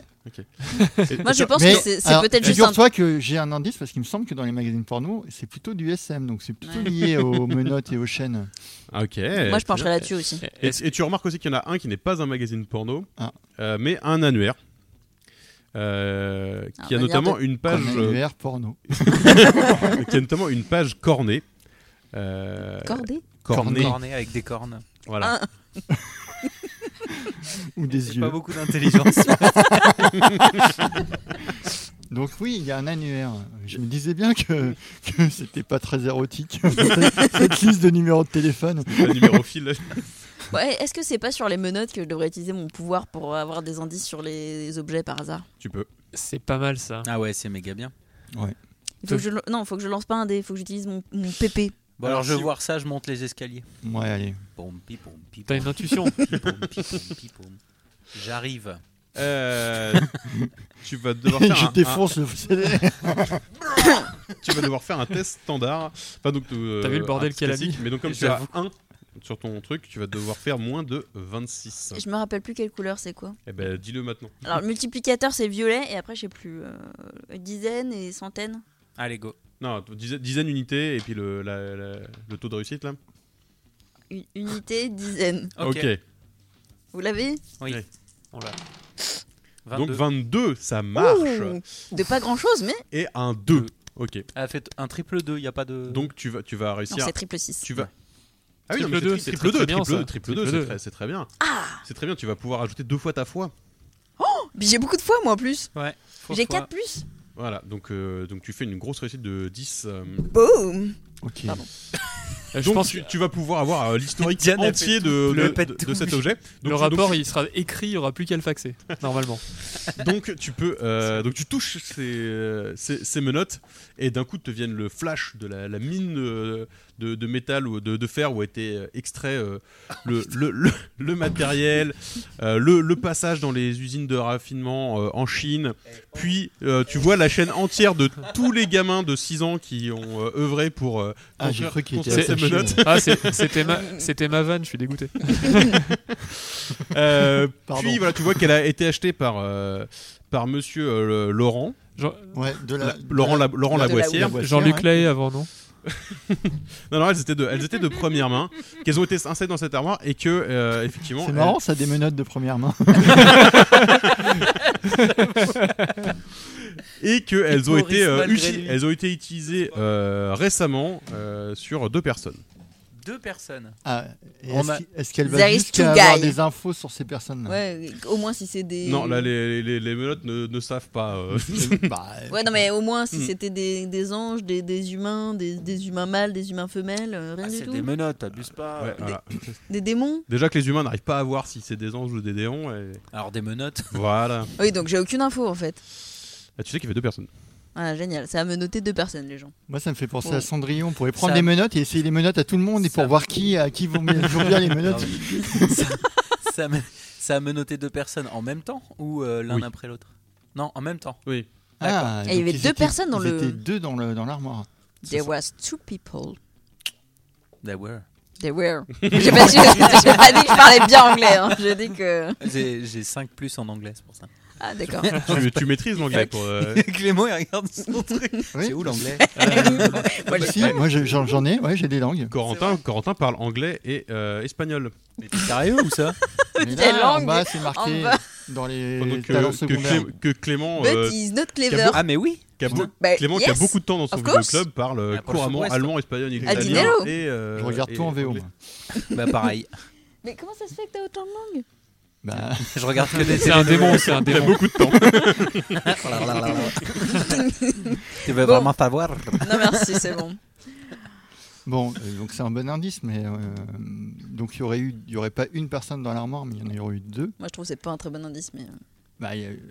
S2: je pense
S3: Mais-
S2: que c'est c'est
S3: alors,
S2: peut-être juste un.
S3: Figure-toi que j'ai un indice parce qu'il me semble que dans les magazines porno, c'est plutôt du SM, donc c'est plutôt lié aux menottes et aux chaînes.
S1: Ah, Ok.
S2: Moi je pencherais là-dessus aussi.
S1: Et,
S5: Est-ce-
S1: et tu remarques aussi qu'il y en a un qui n'est pas un magazine porno,
S3: Ah.
S1: euh, mais un annuaire. euh,
S2: Ah,
S1: qui a
S2: manière
S1: notamment
S2: de-
S1: une
S3: Comme
S1: page
S3: un
S1: euh,
S3: univers porno.
S1: qui a notamment une page cornée euh,
S2: Cordé
S1: cornée,
S4: Cornet avec des cornes.
S1: voilà
S3: Ou des
S4: J'ai
S3: yeux.
S4: pas beaucoup d'intelligence.
S3: Donc oui, il y a un annuaire. Je me disais bien que, que c'était pas très érotique, cette cette liste de numéros de téléphone.
S2: Ah.
S1: le numéro fil
S2: Ouais, est-ce que c'est pas sur les menottes que je devrais utiliser mon pouvoir pour avoir des indices sur les objets par hasard
S1: tu peux
S5: C'est pas mal ça.
S4: ah ouais c'est méga bien.
S2: Il faut que je, lan- non, faut que je lance pas un dé, faut que j'utilise mon, mon PP.
S4: Bon, alors, je vais voir ça, je monte les escaliers.
S3: Ouais, allez.
S4: Pom, pi, pom, pi,
S5: T'as
S4: pom,
S5: une intuition.
S4: pi, pom, pi, pom, pi, pom. J'arrive.
S1: Euh, tu vas devoir faire
S3: Je
S1: un-
S3: défonce
S1: un-
S3: le CD.
S1: tu vas devoir faire un test standard. Enfin, donc, euh,
S5: T'as vu le bordel
S1: un
S5: qu'elle a
S1: classique,
S5: mis
S1: Mais donc comme
S5: Et
S1: tu as
S5: j'avoue.
S1: 1 sur ton truc, tu vas devoir faire moins de 26.
S2: Je me rappelle plus quelle couleur c'est quoi.
S1: Eh ben, dis-le maintenant.
S2: Alors, le multiplicateur c'est violet et après je sais plus. euh, dizaines et centaines.
S4: Allez, go.
S1: Non, dizaine, dizaine d'unités et puis le, la- la- le taux de réussite là.
S2: U- unité, dizaine.
S1: Ok.
S2: Vous l'avez
S4: Oui.
S5: On l'a.
S1: Donc 22, ça marche.
S2: Ouh, De pas grand chose, mais.
S1: Et un 2. Ok.
S4: Elle a fait Ah, un triple 2, il n'y a pas de.
S1: Donc tu vas, tu vas réussir.
S2: Non, c'est triple 6.
S1: Tu vas. Ah oui,
S5: Triple
S1: non, mais
S5: deux,
S1: c'est
S5: c'est
S1: triple 2,
S5: très bien,
S1: triple
S5: ça.
S1: 2, triple
S5: Triple
S1: 2,
S5: deux.
S1: c'est très, c'est très bien. C'est très bien, tu vas pouvoir ajouter deux fois ta foi.
S2: Oh Ah Mais J'ai beaucoup de fois moi en plus.
S4: Ouais.
S2: J'ai 4 plus.
S1: Voilà, donc, euh, donc tu fais une grosse réussite de 10. euh,
S2: Boum
S3: Ok.
S2: Pardon.
S1: donc tu, tu vas pouvoir avoir euh, l'historique
S5: Diane a
S1: entier
S5: fait
S1: de,
S5: tout- le
S1: de-
S5: pet
S1: de-
S5: tout
S1: de cet
S5: mis.
S1: objet. Donc,
S5: le
S1: tu-
S5: rapport,
S1: donc,
S5: il sera écrit, il n'y aura plus qu'à le faxer, normalement.
S1: donc tu peux, euh, donc tu touches ces, euh, ces, ces menottes et d'un coup te viennent le flash de la, la mine euh, de, de métal ou de, de fer où a été euh, extrait euh, le, le, le- le matériel, euh, le, le passage dans les usines de raffinement euh, en Chine. Puis euh, tu vois la chaîne entière de tous les gamins de 6 ans qui ont euh, œuvré pour euh,
S3: Ah, j'ai
S1: construire-
S3: cru qu'il était
S1: construire ces
S3: attaché,
S1: menottes.
S5: Ah, c'est- c'était ma, c'était ma vanne, je suis dégoûté.
S1: Euh,
S3: Pardon.
S1: puis voilà, tu vois qu'elle a été achetée par, euh, par monsieur euh, le- Laurent.
S5: Jean-
S4: Bah,
S3: Ouais, de la,
S1: La-
S3: Euh, de
S1: Laurent,
S3: la-
S1: la, Laurent
S3: de la-
S1: Laboissière.
S3: de la
S5: Jean-Luc
S3: ouais.
S5: Lahaye avant, non
S1: non, non, elles étaient de, elles étaient de première main, qu'elles ont été insérées dans cette armoire et que, euh, effectivement.
S3: C'est
S1: elles-
S3: marrant, ça, des menottes de première main.
S1: Et qu'elles ont,
S4: Maurice,
S1: été, euh,
S4: malgré
S1: uti-
S4: lui.
S1: elles ont été utilisées euh, récemment euh, sur deux personnes.
S4: Deux personnes.
S3: Ah, et
S4: On
S3: est-ce
S4: a-
S3: qu'il- est-ce qu'elle
S2: There
S3: va
S2: is
S3: jusqu'à
S2: two
S3: avoir
S2: guys.
S3: des infos sur ces personnes-là
S2: Ouais, au moins si c'est des.
S1: Non, là, les, les, les menottes ne, ne savent pas. euh.
S3: Bah, euh,
S2: Ouais, non, mais au moins si
S1: Hmm.
S2: c'était des, des anges, des, des humains, des, des humains mâles, des humains femelles, euh, rien
S4: Ah,
S2: du
S4: c'est
S2: tout.
S4: des menottes, abuse pas.
S1: Ouais, voilà.
S2: Des démons
S1: Déjà que les humains n'arrivent pas à voir si c'est des anges ou des déons. Et...
S4: Alors, des menottes.
S1: Voilà.
S2: Oui, donc j'ai aucune info en fait.
S1: Ah, tu sais qu'il y avait deux personnes.
S2: Voilà, génial. Ça va me noter deux personnes, les gens.
S3: Moi, ça me fait penser
S2: Bon.
S3: à Cendrillon. On pourrait prendre
S4: Ça-
S3: les menottes et essayer les menottes à tout le monde et
S4: Ça-
S3: pour voir qui à qui vont bien vont bien les menottes.
S4: ça, ça, me- ça a menotté deux personnes en même temps ou euh, l'un
S1: Oui.
S4: après l'autre Non, en même temps.
S1: Oui.
S3: Ah,
S2: Et il y
S3: donc
S2: avait
S3: ils
S2: deux
S3: étaient-
S2: personnes dans
S3: ils
S2: le-
S3: étaient deux dans le- dans l'armoire.
S2: There was two people.
S4: They were.
S2: They were. J'ai pas, su- j'ai pas dit que je parlais bien anglais. hein. J'ai dit que.
S4: J'ai j'ai 5 plus en anglais, c'est pour ça.
S2: Ah, d'accord.
S1: tu, tu maîtrises l'anglais pour. euh,
S4: Clément, il regarde son truc.
S3: Oui.
S4: C'est où l'anglais Bah,
S2: Moi, j'ai-
S3: Si, moi je- j'en j'en ai, ouais, j'ai des langues.
S1: Corentin, Corentin parle anglais et euh, espagnol.
S4: Mais t'es sérieux ou ça
S3: Mais
S2: Des
S3: là,
S2: langues,
S3: en bas, c'est
S2: en
S3: marqué
S2: bas.
S3: dans les
S1: Pendant que,
S3: talents
S1: que
S3: secondaires.
S1: Clé- que Clément,
S2: But
S1: euh,
S2: he's not clever.
S4: Ah, mais oui
S1: qui a beau-
S2: Bah,
S1: Clément, qui a
S2: yes.
S1: beaucoup de temps dans son
S2: Of
S1: vidéo
S2: course.
S1: club, parle euh,
S4: Ah, pour le
S1: couramment
S4: Sud-Ouest.
S1: allemand, espagnol, italien
S2: Dinero.
S1: et euh,
S3: Je regarde
S1: et
S3: tout en VO.
S1: anglais.
S3: moi.
S4: Bah, pareil.
S2: Mais comment ça se fait que t'as autant de langues
S3: Bah,
S4: Je regarde que des
S5: C'est un démon, c'est un
S1: Il a
S5: démon.
S1: beaucoup de temps.
S4: Tu veux
S2: Bon.
S4: vraiment pas voir
S2: Non, merci, c'est bon.
S3: bon, euh, donc c'est un bon indice, mais euh, donc il y aurait eu, il y aurait pas une personne dans l'armoire, mais il y en aurait eu deux.
S2: Moi, je trouve que c'est pas un très bon indice, mais. euh,
S3: Bah, il y a eu-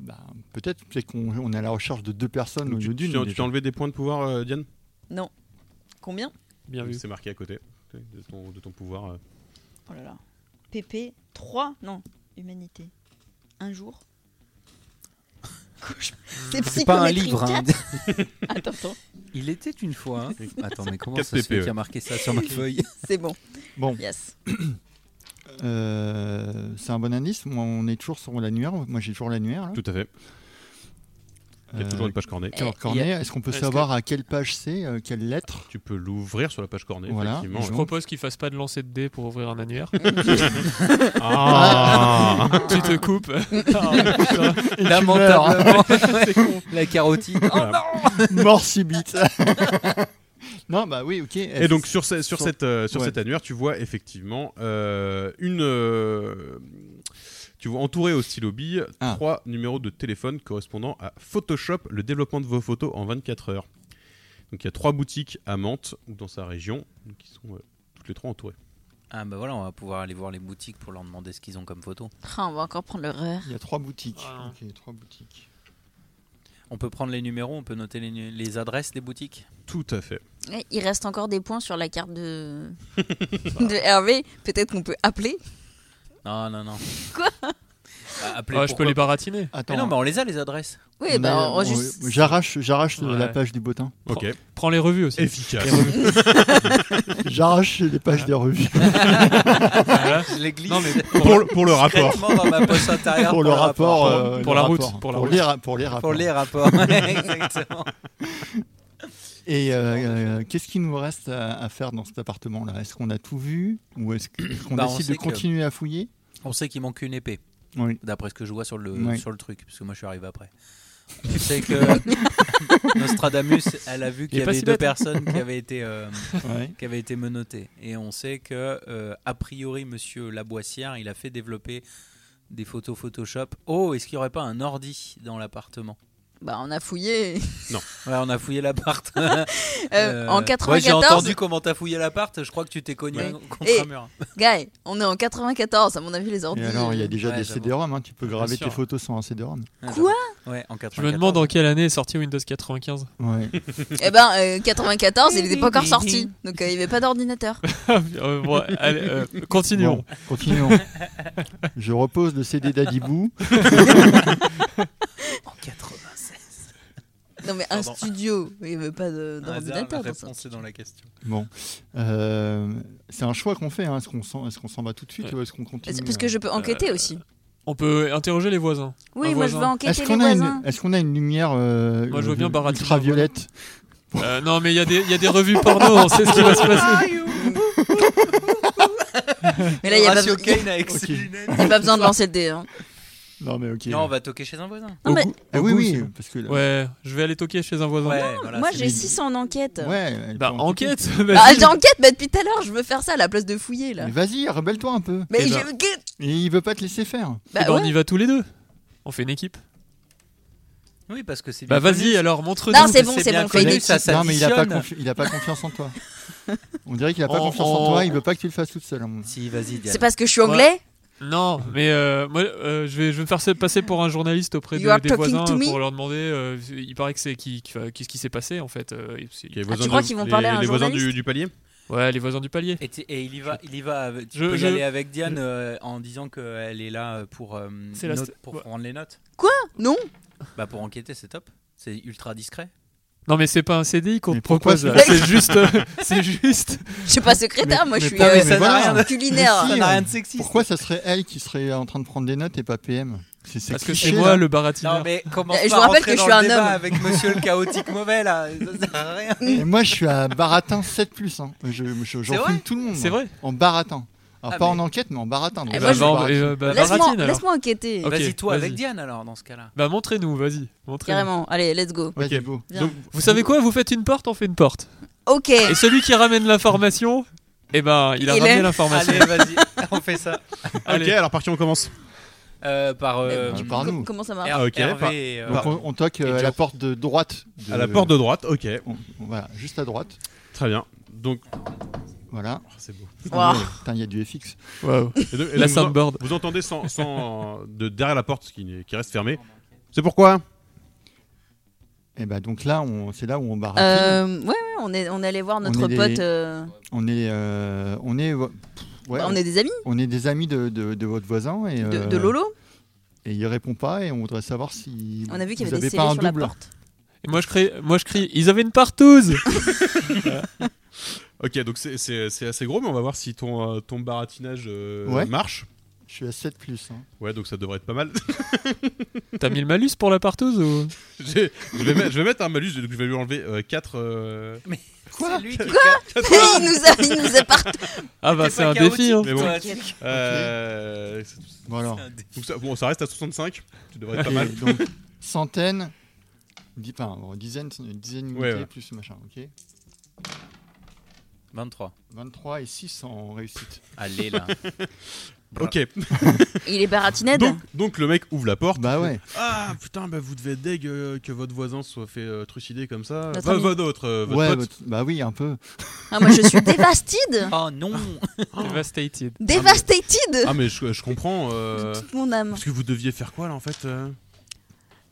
S3: bah, peut-être, peut-être qu'on on est à la recherche de deux personnes au
S1: Donc,
S3: lieu
S1: tu- Tu
S3: d'une.
S1: t'es- tu t'es
S3: déjà.
S1: enlevé des points de pouvoir, euh, Diane
S2: Non. Combien
S5: Bien vu.
S1: C'est marqué à côté de ton, de ton pouvoir. euh.
S2: Oh là là. PP 3 Non, humanité. Un jour. C'est
S4: C'est pas un
S2: psychométrie
S4: livre. hein.
S2: 4. Attends, attends.
S4: Il était une fois. hein. Attends, mais comment
S1: Quatre
S4: ça se
S5: E.
S4: fait
S1: TPE.
S4: qu'il y a marqué ça sur ma feuille
S2: C'est bon.
S3: Bon.
S2: Yes.
S3: Euh, c'est un bon indice. Moi, on est toujours sur l'annuaire. Moi, j'ai toujours l'annuaire. là.
S1: Tout à fait. Il y a
S3: Euh,
S1: toujours une page cornée.
S3: alors, Cornet, est-ce qu'on peut
S5: Est-ce
S3: savoir à quelle page c'est, euh, quelle lettre
S1: Tu peux l'ouvrir sur la page cornée,
S3: Voilà.
S1: effectivement.
S5: Je
S3: Non.
S5: propose qu'il fasse pas de lancer de dés pour ouvrir un annuaire.
S1: Ah
S5: tu te coupes.
S4: Lamentablement. La carotide.
S1: Voilà.
S3: Mort subite. non, bah oui, ok.
S1: Et donc sur, ce- sur,
S3: Sur-
S1: cette, euh, sur
S3: ouais.
S1: cet annuaire, tu vois effectivement euh, une... euh, tu vois entouré au stylo bille
S3: Ah.
S1: trois numéros de téléphone correspondant à Photoshop, le développement de vos photos en 24 heures. Donc il y a trois boutiques à Mantes ou dans sa région qui sont euh, toutes les trois entourées.
S4: Ah, bah voilà, on va pouvoir aller voir les boutiques pour leur demander ce qu'ils ont comme photo.
S2: Ah, on va encore prendre l'horreur.
S3: il y a trois boutiques.
S5: Ah.
S3: Ok, trois boutiques.
S4: On peut prendre les numéros, on peut noter les, nu- les adresses des boutiques
S1: Tout à fait.
S2: Eh, Il reste encore des points sur la carte de, de Hervé. Peut-être qu'on peut appeler.
S4: Non, non, non.
S2: Quoi
S4: Bah, appelez,
S5: Ah, je
S4: pourquoi
S5: peux les
S4: pas.
S5: baratiner.
S4: Mais
S5: Attends.
S4: non, mais on les a les adresses.
S2: Oui, On bah, a- on- on- juste-
S3: J'arrache, j'arrache
S5: Ouais.
S3: la page du bottin.
S5: Prends- Prends les revues aussi.
S1: Efficace.
S5: Les revues.
S3: J'arrache les pages des revues.
S5: Voilà.
S4: Je les glisse.
S5: Non, mais
S3: Pour le- pour le rapport.
S2: Ah,
S4: Discrètement dans ma poche intérieure,
S3: Pour le rapport, euh,
S5: Pour
S3: le
S5: la route.
S3: rapport.
S5: Pour la
S3: Pour
S5: route.
S3: les ra- pour les rapports.
S4: Pour les rapports, exactement.
S3: Et euh, euh, qu'est-ce qu'il nous reste à, à faire dans cet appartement-là Est-ce qu'on a tout vu Ou est-ce que- qu'on
S4: Bah, on
S3: décide
S4: sait
S3: de
S4: que-
S3: continuer à fouiller
S4: On sait qu'il manque une épée.
S3: Oui.
S4: D'après ce que je vois sur le,
S3: Oui.
S4: sur le truc, parce que moi je suis arrivé après. On sait que Nostradamus, elle a vu
S5: Il
S4: qu'il y
S5: est pas
S4: avait
S5: si
S4: deux
S5: bête. hein.
S4: personnes qui avaient été, euh,
S3: Ouais.
S4: qui avaient été menottées. Et on sait que, euh, a priori, monsieur Laboissière, il a fait développer des photos Photoshop. Oh, est-ce qu'il n'y aurait pas un ordi dans l'appartement
S2: Bah, on a fouillé.
S1: Non.
S4: Ouais, on a fouillé l'appart.
S2: Euh, en
S4: moi, j'ai
S2: 94.
S4: entendu comment t'as fouillé l'appart, je crois que tu t'es cogné
S2: Ouais.
S4: contre
S2: Et,
S4: un mur.
S2: Guy, on est en 94, à mon avis, les ordi.
S3: Et alors, il y a déjà
S4: Ouais,
S3: des
S4: j'avoue.
S3: CD-ROM, hein, tu peux
S5: Bien
S3: graver
S5: sûr.
S3: tes photos sans un CD-ROM.
S2: Quoi
S4: Ah, Ouais, en
S5: Je me demande en quelle année est sorti Windows 95.
S3: Ouais.
S2: Eh ben, euh, 94, il n'était pas encore sorti. Donc, euh, il n'y avait pas d'ordinateur.
S5: Euh, bon, allez, euh, continuons.
S3: Bon, continuons. Je repose le CD d'Adibou.
S4: En 96.
S2: Non, mais
S4: Pardon.
S2: un studio, il n'y avait pas de-
S4: Un hasard,
S2: d'ordinateur.
S4: Ah, la
S2: dans ça.
S4: réponse est dans la question.
S3: Bon, Euh, c'est un choix qu'on fait. hein. Est-ce qu'on s'en, est-ce qu'on s'en va tout de suite ou est-ce qu'on continue euh
S2: Parce que je peux enquêter aussi.
S5: On peut interroger les voisins.
S2: Oui,
S5: Un
S2: moi, je
S5: voisin.
S2: vais enquêter
S3: Est-ce
S2: les
S3: qu'on a
S2: voisins.
S3: une, est-ce qu'on a une lumière euh,
S5: Moi, je veux bien
S3: euh,
S5: baratiner.
S3: ultraviolette
S5: Euh, non, mais il y, a des- il y a des revues porno, on sait ce qui va se passer.
S2: Mais là, il n'y
S5: Ah,
S2: a, pas-
S4: Horatio Kane avec ses
S3: Ah, Ok.
S4: lunettes.
S2: y a pas besoin de lancer le dé. hein.
S3: Non mais ok.
S4: Non, on va toquer chez un voisin.
S2: Non,
S3: Au
S2: mais-
S3: goût- ah
S5: au
S3: oui
S5: goût,
S3: oui.
S5: sinon.
S3: Parce que là-
S5: Ouais, je vais aller toquer chez un voisin.
S4: Ouais, voilà,
S2: moi,
S4: c'est-
S2: j'ai 6 en enquête.
S3: ouais. elle
S5: Bah,
S3: peut enquêter.
S2: Ah,
S5: enquête vas-y.
S2: j'ai enquête, mais depuis tout à l'heure, je veux faire ça à la place de fouiller, là.
S3: Mais Vas-y, rebelle-toi un peu.
S2: Mais
S5: Eh
S2: j'ai...
S5: ben.
S3: Et il veut pas te laisser faire.
S5: Eh
S2: Bah
S5: ben,
S2: ouais.
S5: On y va tous les deux. On fait une équipe.
S4: Oui, parce que c'est
S5: Bah,
S4: bien
S5: vas-y,
S4: connu.
S5: alors, montre-nous.
S2: Non, c'est bon, c'est
S4: bien
S2: bon, fais
S4: connu,
S2: une
S4: ça, ça
S3: non mais il a pas
S4: additionne.
S3: confi- il a pas confiance en toi. On dirait qu'il a pas
S5: On-
S3: confiance en
S5: on-
S3: toi. Il veut pas que tu le fasses toute seule. à mon-
S4: Si, vas-y, Diane.
S2: C'est parce que je suis anglais
S5: Non, mais euh, moi, euh, je, vais, je vais me faire passer pour un journaliste auprès
S2: You
S5: de-
S2: are
S5: des
S2: talking
S5: voisins
S2: to me
S5: pour leur demander. euh, il paraît que c'est qui, qui- enfin, qu'est-ce qui s'est passé en fait. euh, et c'est-
S1: Les voisins
S2: crois
S1: de-
S2: qu'ils vont
S1: les-
S2: parler à un
S1: Les voisins
S2: journaliste
S1: du, du palier
S5: Ouais, les voisins du palier.
S4: Et, t- et il y va, il y va. Avec, tu
S5: Je-
S4: peux y
S5: je-
S4: aller avec Diane euh, en disant qu'elle est là euh, pour euh,
S5: C'est la
S4: note-
S5: st-
S4: pour
S5: ouais.
S4: prendre les notes.
S2: Non
S4: Bah pour enquêter, c'est top. C'est ultra discret.
S5: Non, mais c'est pas un CDI qu'on
S3: Mais
S5: te propose.
S3: pourquoi
S5: là, C'est juste, c'est juste.
S2: Je suis pas secrétaire,
S3: Mais-
S2: moi, je
S3: mais
S2: suis
S3: pas-
S2: euh,
S3: mais ça n'a rien de-
S2: culinaire.
S3: Mais
S4: Ça
S3: Si,
S4: n'a
S3: euh,
S4: rien de sexy.
S3: Pourquoi ça serait elle qui serait en train de prendre des notes et pas PM C'est c'est hein.
S5: Parce que
S3: cliché,
S5: c'est moi
S3: là.
S5: le baratineur.
S4: Non mais comment
S2: Et je vous rappelle que je suis un homme.
S4: avec Monsieur le chaotique mauvais là. Ça sert à rien.
S3: Et moi, je suis à baratin 7 plus. Hein. Je, je-
S4: C'est vrai
S3: j'enfile tout le monde.
S5: C'est vrai.
S3: En baratin. Alors,
S4: Ah,
S3: pas
S4: mais-
S3: en enquête, mais en baratin. donc
S2: Et
S5: Eh
S3: je
S2: moi,
S5: bah,
S3: suis
S5: bah,
S3: baratin.
S5: et, euh, bah,
S2: Laisse-moi
S5: baratine, alors.
S2: laisse-moi enquêter,
S5: Ok,
S4: vas-y toi
S5: vas-y.
S4: avec Diane alors dans ce cas-là.
S5: Bah montrez-nous, vas-y. Montrez
S2: carrément. Allez, let's go.
S3: Vas-y,
S1: Ok.
S3: beau.
S2: Viens.
S1: Donc,
S5: Vous savez quoi Vous faites une porte, on fait une porte.
S2: Ok,
S5: Et celui qui ramène l'information, eh ben, il a
S2: Il
S5: ramené
S2: est-
S5: l'information.
S4: Allez, vas-y, on fait ça.
S1: Ok,
S5: Allez.
S1: alors par qui on commence
S4: Euh, par euh,
S3: Euh, par
S2: Co-
S3: nous.
S2: comment ça marche
S4: Her-
S1: Ah, ok,
S4: Hervé
S1: par-
S4: et, euh,
S3: Donc, on, on toque euh,
S4: Et
S3: à la
S4: Joe.
S3: porte de droite. de-
S1: À la porte de droite, ok,
S3: on- on- voilà, juste à droite.
S1: très bien. Donc,
S3: Voilà.
S1: oh, c'est beau.
S2: Waouh.
S3: Putain, il y a du FX.
S2: Ah,
S5: Waouh.
S1: Et donc- et
S5: La
S1: donc, vous en-
S5: soundboard.
S1: Vous entendez sans, sans- euh, de derrière la porte qui, n'est- qui reste fermée. C'est pourquoi
S3: Et bah, donc là, on- c'est là où on baratine.
S2: Euh, ouais, ouais, on est, on est allé voir notre
S3: est des-
S2: pote. euh,
S3: On est. euh, on est. ouais, pff, ouais,
S2: bah, on est des amis
S3: on est des amis de, de- de votre voisin. Et,
S2: de,
S3: euh,
S2: de Lolo.
S3: Et il répond pas, et on voudrait savoir si.
S2: On a vu qu'il y
S3: vous
S2: avait des
S3: avez
S2: scellés
S3: pas
S2: sur
S3: un
S2: la
S3: double.
S2: porte.
S5: Et moi je crie, moi je crie, ils avaient une partouze.
S1: Ok, donc c'est- c'est c'est assez gros, mais on va voir si ton, euh, ton baratinage euh,
S3: Ouais.
S1: marche.
S3: Je suis à 7 plus. hein.
S1: Ouais, donc ça devrait être pas mal.
S5: T'as mis le malus pour la partouze ou
S1: J'ai- je, vais mettre, je vais mettre un malus, donc je vais lui enlever euh, 4.
S4: C'est lui
S2: Ah,
S4: qui
S2: il nous a, il nous a partout.
S5: Ah bah
S4: T'es
S5: c'est
S4: pas
S5: un défi. hein.
S4: chaotique,
S1: Mais bon.
S4: toi,
S2: T'inquiète.
S4: tu-
S3: Bon, alors.
S1: euh, donc ça, bon, ça reste à 65. Tu devrais être pas
S3: Ok,
S1: mal.
S3: donc, centaines, dix, enfin, bon, dizaines, dizaines
S1: Ouais,
S3: unités
S1: ouais.
S3: plus machin, ok
S4: 23.
S3: 23 et 6 en réussite.
S4: Allez là.
S1: Ok,
S2: Il est baratinette
S1: donc, donc le mec ouvre la porte.
S3: Bah ouais,
S1: Ah putain, bah vous devez être deg euh, que votre voisin se soit fait euh, trucider comme ça.
S2: Notre
S1: Bah,
S2: ami.
S1: votre autre, euh, votre
S3: ouais
S1: pote.
S3: votre- bah oui, un peu.
S2: ah, Moi, je suis dévastide.
S4: Oh non
S5: Devastated.
S2: Dévastated
S1: Ah mais je, je comprends. Ah, euh,
S2: Toute mon âme.
S1: parce que vous deviez faire quoi là en fait euh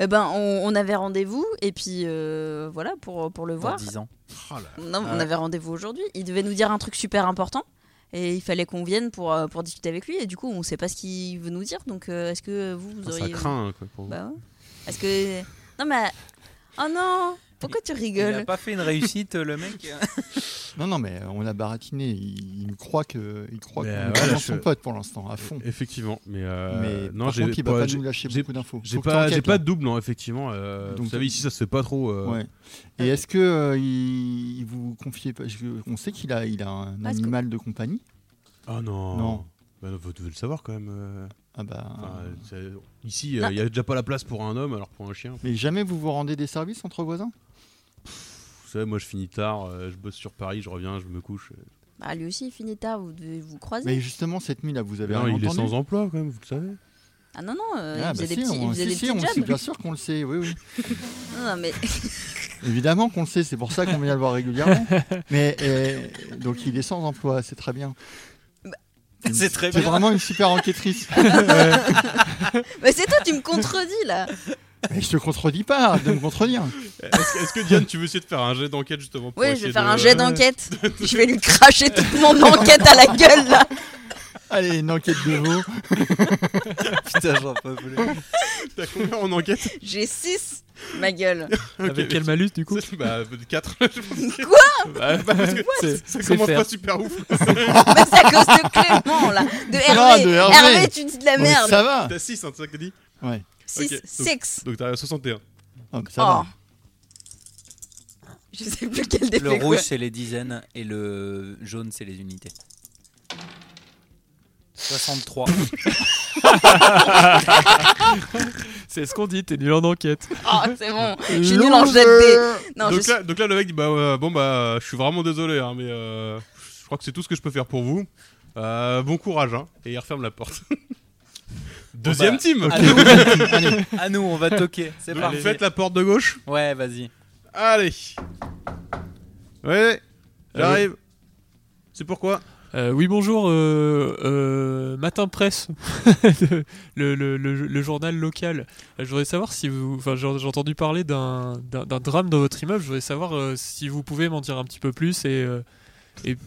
S2: eh ben, on, on avait rendez-vous et puis euh, voilà pour, pour le voir.
S4: 10 ans. Oh là là.
S2: Non, on avait rendez-vous aujourd'hui. Il devait nous dire un truc super important et il fallait qu'on vienne pour, euh, pour discuter avec lui. Et du coup, on ne sait pas ce qu'il veut nous dire. Donc, euh, est-ce que vous, vous
S1: Ah, ça
S2: auriez.
S1: craint, hein, quoi, pour vous.
S2: Bah ouais. Est-ce que. Non, mais. Oh non Pourquoi tu
S4: Il
S2: rigoles
S4: a pas fait une réussite, le mec.
S3: Non, non, mais on a baratiné. Il, il croit que, il croit
S1: Mais,
S3: qu'on
S1: euh,
S3: est
S1: voilà,
S3: vraiment
S1: je-
S3: son pote pour l'instant, à fond.
S1: Effectivement, mais, euh,
S3: Mais
S1: non,
S3: par
S1: j'ai
S3: contre, il va pas
S1: j'ai-
S3: nous lâcher
S1: j'ai-
S3: beaucoup d'infos.
S1: J'ai
S3: Faut que
S1: pas,
S3: t'enquêtes,
S1: j'ai pas
S3: là.
S1: de double, non, effectivement. euh,
S3: Donc,
S1: vous savez, ici, ça se fait pas trop. euh,
S3: Ouais. Et est-ce que euh, il, il vous confiait pas je- On sait qu'il a, il a un
S1: Parce que-
S3: animal de compagnie.
S1: Oh non.
S3: Non.
S1: Bah, vous devez le savoir quand même. euh.
S3: Ah bah.
S1: Enfin, euh, c'est- ici, il n'y a déjà pas la place pour un homme, alors pour un chien.
S3: Mais jamais vous vous rendez des services entre voisins
S1: Vous savez, moi je finis tard, euh, je bosse sur Paris, je reviens, je me couche. euh.
S2: Bah, lui aussi, il finit tard, vous devez vous croiser.
S3: Mais justement, cette nuit là, vous avez
S1: Non,
S3: rien
S1: il est
S3: entendu
S1: sans emploi quand même, vous le savez.
S2: Ah non, non, euh,
S3: Ah,
S2: il faisait des
S3: bah
S2: petits,
S3: si,
S2: il
S3: on-
S2: faisait
S3: si,
S2: des
S3: si,
S2: petits
S3: on le sait,
S2: jobs.
S3: bien sûr qu'on le sait, oui, oui.
S2: Non, non, mais.
S3: Évidemment qu'on le sait, c'est pour ça qu'on vient le voir régulièrement. Mais euh, donc il est sans emploi, c'est très bien.
S2: Bah,
S4: C'est très
S3: C'est
S4: bien.
S3: vraiment une super enquêtrice.
S2: mais c'est toi, tu me contredis là
S3: Mais je te contredis pas, arrête de me contredire.
S1: Est-ce que- est-ce que Diane, tu veux essayer de faire un jet d'enquête justement pour
S2: Oui, je
S1: essayer
S2: vais faire
S1: de-
S2: un jet d'enquête. je vais lui cracher toute mon enquête à la gueule là.
S3: Allez, une enquête de veau.
S4: Putain, j'en peux plus.
S1: T'as combien en enquête
S2: J'ai 6, ma gueule.
S1: Avec quel
S5: malus du
S1: coup Bah 4
S2: Quoi
S1: bah, bah, parce que
S2: What
S1: c'est- ça
S5: c'est
S1: commence
S5: faire.
S1: pas super ouf.
S2: Mais c'est à cause de Clément là. De Hervé.
S3: Non, de Hervé.
S2: tu dis de la Ah,
S3: Mais
S2: merde.
S3: ça va.
S1: T'as 6, c'est ça que t'as dit
S3: Ouais.
S2: Six,
S1: Ok, donc-
S2: six.
S1: Donc t'arrives à 61.
S3: Ah, bah, ça
S2: Oh.
S3: va.
S2: Je sais plus quel défaut.
S4: Le rouge, c'est les dizaines et le jaune, c'est les unités. 63.
S5: C'est ce qu'on dit, t'es nul en enquête.
S2: Ah, c'est bon. Je suis nul en jet de dés. Non, je
S1: donc,
S2: suis-
S1: là, donc là, le mec dit bah, euh, Bon, bah, je suis vraiment désolé, hein, mais euh, je crois que c'est tout ce que je peux faire pour vous. Euh, bon courage, hein. Et il referme la porte. Deuxième
S4: Bon,
S1: team
S4: bah, À nous, Allez, à nous, on va toquer. C'est
S1: Donc,
S4: parti.
S1: Faites la porte de gauche.
S4: Ouais, vas-y.
S1: Allez Ouais, j'arrive. Ah, C'est pourquoi
S5: Euh, oui, bonjour. euh, euh, Matin Presse, le, le- le- le journal local. Euh, Je voudrais savoir si vous. Enfin, j'ai j'ai entendu parler d'un d'un- d'un drame dans votre immeuble. Je voudrais savoir euh, si vous pouvez m'en dire un petit peu plus et. euh, et-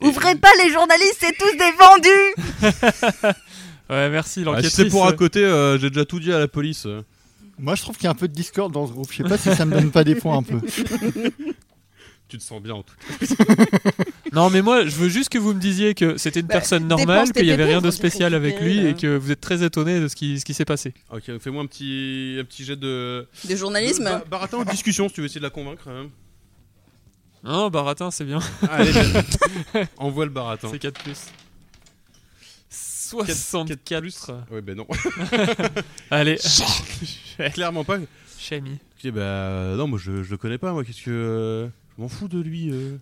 S2: Ouvrez pas les journalistes, c'est tous des vendus.
S5: Ouais, merci,
S1: Ah, Si
S5: l'enquêtrice.
S1: c'est pour à côté, euh, j'ai déjà tout dit à la police. euh.
S3: Moi, je trouve qu'il y a un peu de discorde dans ce groupe. Je sais pas si ça me donne pas des points un peu.
S1: Tu te sens bien en tout cas.
S5: Non, mais moi, je veux juste que vous me disiez que c'était une
S2: Bah,
S5: personne
S2: dépense
S5: normale,
S2: tes
S5: qu'il n'y avait
S2: pépites
S5: rien de
S2: pour
S5: spécial avec lui
S2: récupérer,
S5: et que vous êtes très étonné de ce qui, ce qui s'est passé.
S1: Ok, donc fais-moi un petit, un petit jet de.
S2: De journalisme.
S1: de- ba- Baratin ou discussion si tu veux essayer de la convaincre. hein.
S5: Non, baratin, c'est bien.
S1: Allez, vas-y. envoie le baratin.
S5: C'est 4 plus.
S1: Quatre-
S5: 64.
S1: Ouais, ben non.
S5: Allez.
S1: Clairement pas.
S5: Chami.
S1: Ok, bah euh, non, moi je, je le connais pas, moi. Qu'est-ce que. euh, je m'en fous de lui. euh.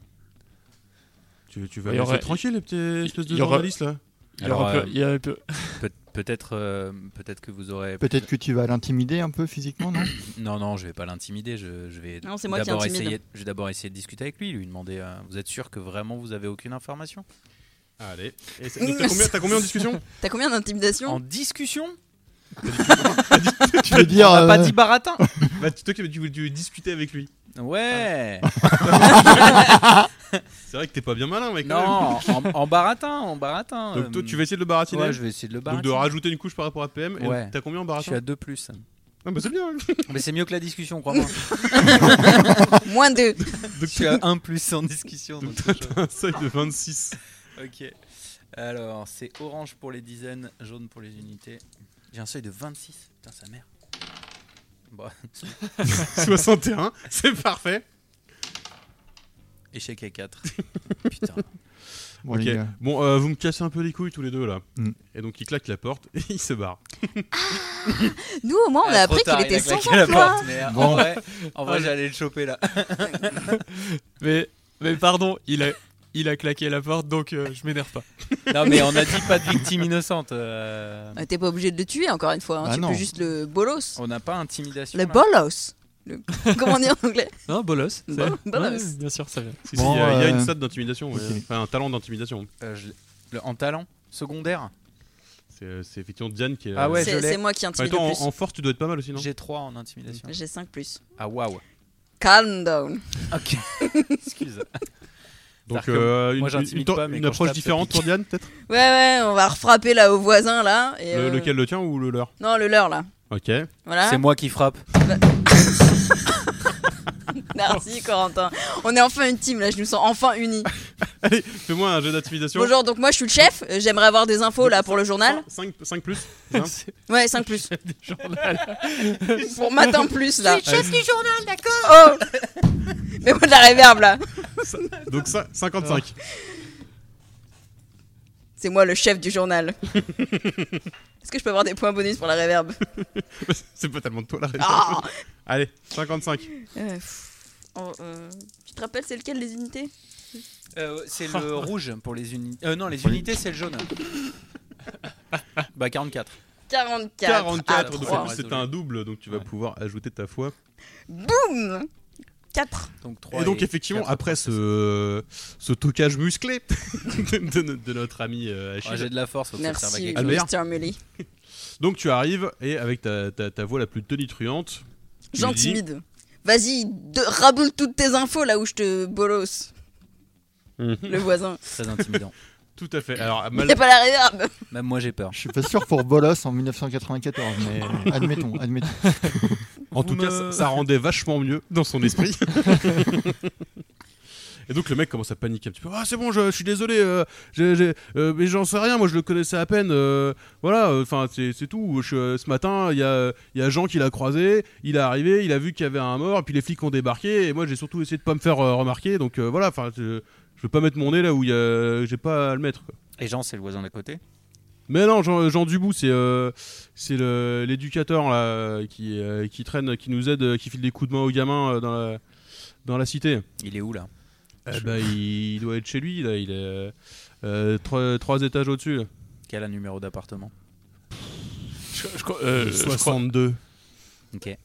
S1: Tu, tu vas
S5: Il y
S1: laisser
S5: aurait-
S1: tranquille, les petits espèces de
S5: il y aura-
S1: journalistes là.
S5: Il y aura
S4: Alors,
S5: peu-
S4: euh,
S5: il y aura peu-
S4: Peut- Peut-être euh, peut-être que vous aurez.
S3: Peut-être que tu vas l'intimider un peu physiquement, non
S4: Non, non, je vais pas l'intimider. Je, je vais
S2: Non, c'est moi qui
S4: d'abord
S2: intimide.
S4: essayer, je vais d'abord essayer de discuter avec lui, lui demander euh, Vous êtes sûr que vraiment vous avez aucune information
S1: Allez. Et c'est- donc, T'as combien, t'as combien en discussion
S2: T'as combien d'intimidation
S4: En discussion
S3: Tu veux dire
S4: On
S1: Ah
S4: n'a pas
S3: euh,
S4: dit baratin
S1: Bah, tu, toi, tu, veux- tu veux discuter avec lui.
S4: Ouais
S1: Ah, C'est vrai que t'es pas bien malin, mec. quand
S4: Non, en, en baratin, en baratin.
S1: même.
S4: euh,
S1: Donc, toi, tu vas essayer de le baratiner.
S4: Ouais, je vais essayer de le
S1: Donc,
S4: baratiner.
S1: de rajouter une couche par rapport à PM. Et
S4: Ouais.
S1: T'as combien en
S4: Je suis
S1: baratin
S4: à 2 plus.
S1: Ah, bah, c'est bien.
S4: Mais c'est mieux que la discussion, crois-moi.
S2: Moins de.
S4: Je suis à 1 plus en discussion.
S1: Donc,
S4: donc
S1: toi, t'as un seuil de 26.
S4: ok. Alors, c'est orange pour les dizaines, jaune pour les unités. J'ai un seuil de 26. Putain, sa mère. Bon.
S1: 61. C'est parfait.
S4: Échec à 4. Putain.
S3: Bon,
S1: Ok.
S3: les gars.
S1: Bon, euh, vous me cassez un peu les couilles tous les deux là.
S3: Mm.
S1: Et donc il claque la porte et il se barre.
S2: Nous, au moins, on
S4: Ah,
S2: a appris Oh, qu'il était sans emploi.
S4: mais
S3: Bon.
S4: en vrai, en vrai, j'allais le choper là.
S5: Mais, mais pardon, il a, il a claqué la porte, donc euh, je m'énerve pas.
S4: Non, mais on a dit pas de victime innocente. euh,
S2: Euh, T'es pas obligé de le tuer, encore une fois. hein.
S3: Ah,
S2: tu
S3: non.
S2: peux juste le bolos.
S4: On n'a pas intimidation.
S2: Le
S4: là.
S2: bolos. Le- Comment on dit en anglais
S5: Non, bolos. c'est-
S2: Bo- bolos.
S5: Ouais, bien sûr, ça vient.
S1: Si, si, Il
S3: Bon,
S1: y, a- il y a
S3: euh,
S1: une stat d'intimidation, ouais.
S3: ok.
S1: enfin un talent d'intimidation.
S4: Euh, je l'ai- le- En talent secondaire
S1: C'est c'est effectivement Diane qui est. euh,
S4: Ah ouais,
S2: C'est- je l'ai. c'est moi qui intimide
S1: Enfin, toi,
S2: le
S1: en-
S2: plus.
S1: En, force, tu dois être pas mal aussi, non
S4: J'ai 3 en intimidation.
S2: J'ai 5 plus.
S4: Ah waouh.
S2: Calm down.
S4: Ok. Excuse.
S1: Donc,
S4: C'est-à-dire que
S1: euh, une,
S4: moi,
S1: une-
S4: j'intimide
S1: une tor-
S4: pas, mais
S1: une
S4: quand je
S1: approche
S4: tape, ça
S1: différente
S4: pique.
S1: pour Diane, peut-être
S2: Ouais, ouais, on va refrapper là au voisin là. et,
S1: Le-
S2: euh,
S1: Lequel, le tien ou le leur
S2: Non, le leur là.
S1: Ok.
S2: Voilà.
S4: C'est moi qui frappe.
S2: Merci Corentin. On est enfin une team là, je nous sens enfin unis.
S1: Allez, fais-moi un jeu d'intimidation.
S2: Bonjour, donc moi je suis le chef, euh, j'aimerais avoir des infos là pour le journal.
S1: 5, plus
S2: Ouais, 5 plus. pour
S1: Pour
S2: matin plus là.
S1: Je suis le chef du
S2: journal, d'accord Oh Mais moi de la réverb là.
S1: Donc, ça, 55.
S2: C'est moi le chef du journal. Est-ce que je peux avoir des points bonus pour la réverb
S1: C'est pas tellement de toi la
S2: Ah
S1: réponse. Allez, 55.
S2: Euh, pff, oh, euh, Tu te rappelles c'est lequel les unités
S4: Euh, c'est le rouge pour les unités. non, les unités, c'est le jaune. bah 44.
S2: 44.
S1: 44,
S2: à
S1: donc
S2: trois.
S1: en plus, c'est un double, donc tu vas pouvoir ajouter ta foi.
S2: Boum 4.
S4: Donc
S1: Et donc effectivement, après ce, ce toquage musclé de, no- de notre ami euh, Achille.
S3: Oh,
S4: Ah, j'ai de la force, faut que ça serve à
S2: Merci,
S4: quelque
S1: Albert.
S2: Mr. Mully.
S1: Donc tu arrives et avec ta, ta- ta voix la plus tonitruante, tu lui dis-
S2: J'intimide. Vas-y, de- raboule toutes tes infos là où je te bolosse.
S1: Mhm.
S2: Le voisin.
S4: Très intimidant.
S1: Tout à fait. Alors
S2: Il n'y a pas la réverb.
S4: Même moi, j'ai peur.
S3: Je suis pas sûr pour Bolos en 1994, mais admettons, admettons.
S1: En tout
S3: Vous
S1: cas, ça,
S3: me-
S1: ça rendait vachement mieux dans son esprit. Et donc le mec commence à paniquer un petit peu. Ah c'est bon, je, je suis désolé, euh, j'ai- j'ai- euh, mais j'en sais rien. Moi je le connaissais à peine. euh, voilà, enfin c'est c'est tout. Je- euh, ce matin, il y a, il y a Jean qui l'a croisé. Il est arrivé, il a vu qu'il y avait un mort. Et puis les flics ont débarqué. Et moi j'ai surtout essayé de pas me faire euh, remarquer. Donc euh, voilà, enfin je, je veux pas mettre mon nez là où il y a- j'ai pas à le mettre. quoi.
S4: Et Jean, c'est le voisin d'à côté.
S1: Mais non, Jean, Jean Dubout, c'est euh, c'est le- l'éducateur là qui, euh, qui traîne, qui nous aide, euh, qui file des coups de main aux gamins euh, dans la dans la cité.
S4: Il est où là
S1: Eh ben, il, doit être chez lui là. Il est euh, euh, trois, trois étages au-dessus. là.
S4: Quel est le numéro d'appartement
S5: euh,
S1: Le 62.
S4: Ok.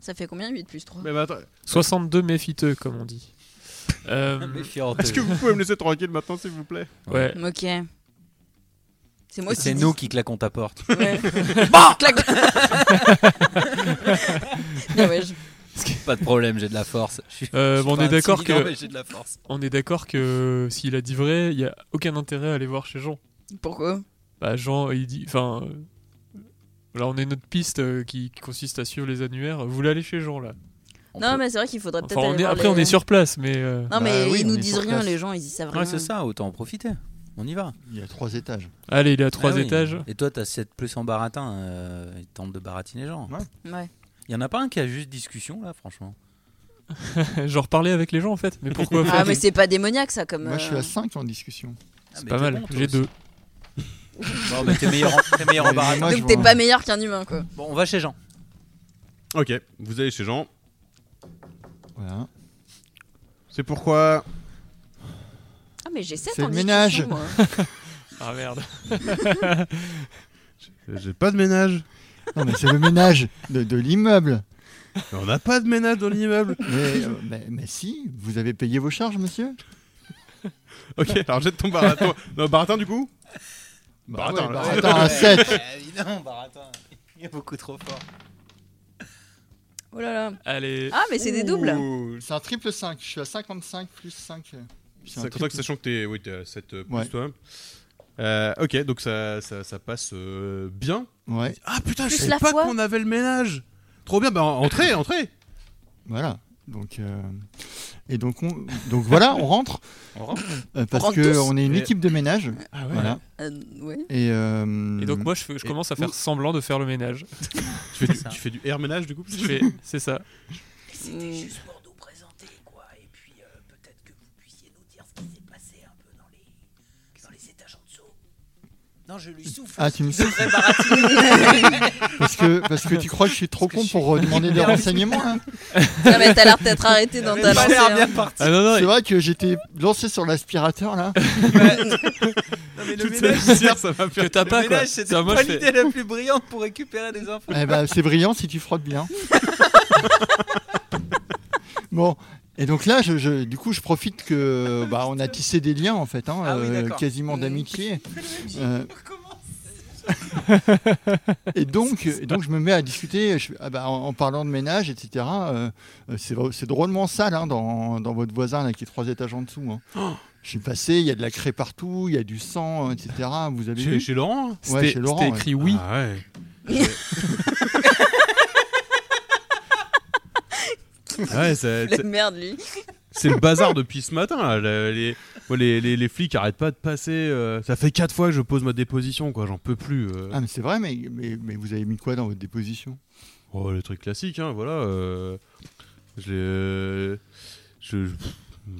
S2: Ça fait combien 8 plus 3
S1: Mais attends.
S5: 62 méfiteux, comme on dit.
S4: Ah,
S5: Euh,
S1: Est-ce que vous pouvez me laisser tranquille maintenant, s'il vous plaît
S5: Ouais.
S2: Ok. C'est moi
S4: Et
S2: qui.
S4: C'est
S2: dis.
S4: nous qui claquons ta porte.
S2: Ouais.
S4: Bah
S2: Claque- Bien, ouais, je-
S4: Pas de problème, j'ai de la force. Je suis-
S5: Euh,
S4: je suis
S5: bon, on
S4: pas
S5: est d'accord
S4: intimidant,
S5: que
S4: mais j'ai de la force.
S5: on est d'accord que s'il a dit vrai, il y a aucun intérêt à aller voir chez Jean.
S2: Pourquoi
S5: Bah Jean, il dit, enfin, euh, là on est notre piste euh, qui, qui consiste à suivre les annuaires. Vous voulez aller chez Jean là
S2: Non, mais c'est vrai qu'il faudrait peut-être.
S5: Enfin, on
S2: aller
S5: est-
S2: voir
S5: après,
S2: les-
S5: on est sur place, mais, euh,
S2: Non, mais
S4: Bah oui,
S2: ils
S4: on
S2: nous
S4: est
S2: disent
S4: sur
S2: rien,
S4: place.
S2: les gens, ils y savent rien.
S4: Ouais, c'est ça, autant en profiter. On y va.
S3: Il y a trois étages.
S5: Allez, il est à trois
S4: Ah oui.
S5: étages.
S4: Et toi, t'as 7 plus en baratin. euh, il tente de baratiner Jean.
S2: Ouais.
S4: Il y en a pas un qui a juste discussion là, franchement.
S5: Genre parler avec les gens en fait. Mais pourquoi
S2: Ah,
S5: faire
S2: mais c'est pas démoniaque ça comme.
S3: Moi, je suis
S2: euh,
S3: à 5 en discussion.
S5: C'est
S4: mais
S5: pas
S4: t'es
S5: mal.
S4: bon, toi
S5: J'ai
S4: aussi.
S5: deux.
S4: Non, mais t'es meilleur, en- Bah, t'es meilleur en
S3: Mais
S4: baratin.
S3: moi, je
S2: Donc t'es
S3: vois-
S2: pas meilleur qu'un humain quoi.
S4: Bon, on va chez Jean.
S1: Ok, vous allez chez Jean.
S3: Voilà.
S1: C'est pourquoi
S2: Ah, mais j'ai 7
S3: Fais
S2: en
S3: le
S2: discussion,
S3: ménage.
S2: moi.
S5: Ah merde.
S1: j'ai pas de ménage.
S3: Non, mais c'est le ménage de, de l'immeuble.
S1: Mais On n'a pas de ménage dans l'immeuble.
S3: Mais, euh, mais- mais si, vous avez payé vos charges, monsieur
S1: Ok, alors jette ton baratin. Non, baratin du coup
S3: Bah
S1: Baratin,
S3: ouais,
S1: là.
S3: baratin, un
S9: Ah,
S3: 7.
S4: Évidemment,
S9: bah,
S4: baratin. Il est beaucoup trop fort.
S2: Oh là là.
S5: Allez.
S2: Ah, mais c'est des doubles.
S1: Ouh.
S3: C'est un triple 5. Je suis à 55 plus 5.
S1: C'est pour ça que sachant que t'es oui, t'es à 7 euh, plus
S3: Ouais.
S1: toi. Euh, ok, donc ça, ça, ça passe euh, bien.
S3: Ouais,
S1: Ah putain, je
S2: Plus
S1: savais
S2: la
S1: pas
S2: foi.
S1: qu'on avait le ménage. Trop bien, bah en- entrez, entrez.
S3: voilà. Donc, euh, Et donc, on... donc voilà, on rentre.
S4: On rentre.
S3: euh, parce
S2: rentre tous.
S3: que on est une
S1: Et-
S3: équipe de ménage.
S5: Ah ouais.
S3: Voilà.
S2: Euh, ouais.
S3: Et, euh,
S5: Et donc moi je, fais- je
S1: Et
S5: commence à
S1: où-
S5: faire semblant de faire le ménage.
S1: Tu fais, du, tu fais du air ménage du coup
S5: Je fais, c'est ça.
S2: Mm.
S9: pour nous présenter, quoi. Et puis, euh, peut-être que vous puissiez nous dire ce qui s'est passé un peu dans les, dans les étages en dessous. Non, je lui souffle.
S3: Ah, tu me sais parce que, parce que tu crois que je suis trop con pour euh, demander des renseignements. hein.
S2: Non, mais t'as l'air d'être arrêté dans ta
S4: pas
S2: lancée.
S4: l'air
S2: hein.
S4: bien parti.
S5: Ah non non.
S3: C'est vrai que j'étais lancé sur l'aspirateur là.
S4: Non, mais le
S1: Toute sa
S4: ménage,
S1: visière, ça va faire.
S5: Que t'as
S4: le
S5: pas quoi.
S4: ménage, c'était
S5: Ça, moi,
S4: pas
S5: je fais-
S4: l'idée la plus brillante pour récupérer des infos.
S3: Eh ben, c'est brillant si tu frottes bien. bon. Et donc là, je, je- du coup, je profite que bah, on a tissé des liens en fait, hein,
S4: Ah oui,
S3: euh,
S4: d'accord.
S3: quasiment d'amitié. Euh, et donc, et donc je me mets à discuter je- ah bah, en, en parlant de ménage, etc. euh, euh, c'est vra- c'est drôlement sale hein, dans, dans votre voisin là, qui est trois étages en dessous. hein.
S5: Oh.
S3: Je suis passé, il y a de la craie partout, il y a du sang, euh, etc. Vous avez
S1: Chez-
S3: vu
S1: chez Laurent hein.
S3: Ouais,
S1: C'était-
S3: chez Laurent.
S1: c'était
S3: ouais.
S1: écrit oui. Ah ouais. Ouais, ça-
S2: La merde, lui.
S1: C'est le bazar depuis ce matin. là. Le- Les, moi, les, les- les flics arrêtent pas de passer. euh, ça fait quatre fois que je pose ma déposition, quoi. J'en peux plus. euh.
S3: Ah, mais c'est vrai, mais, mais, mais vous avez mis quoi dans votre déposition
S1: Oh, le truc classique, hein, voilà. euh, je l'ai, euh, je, je-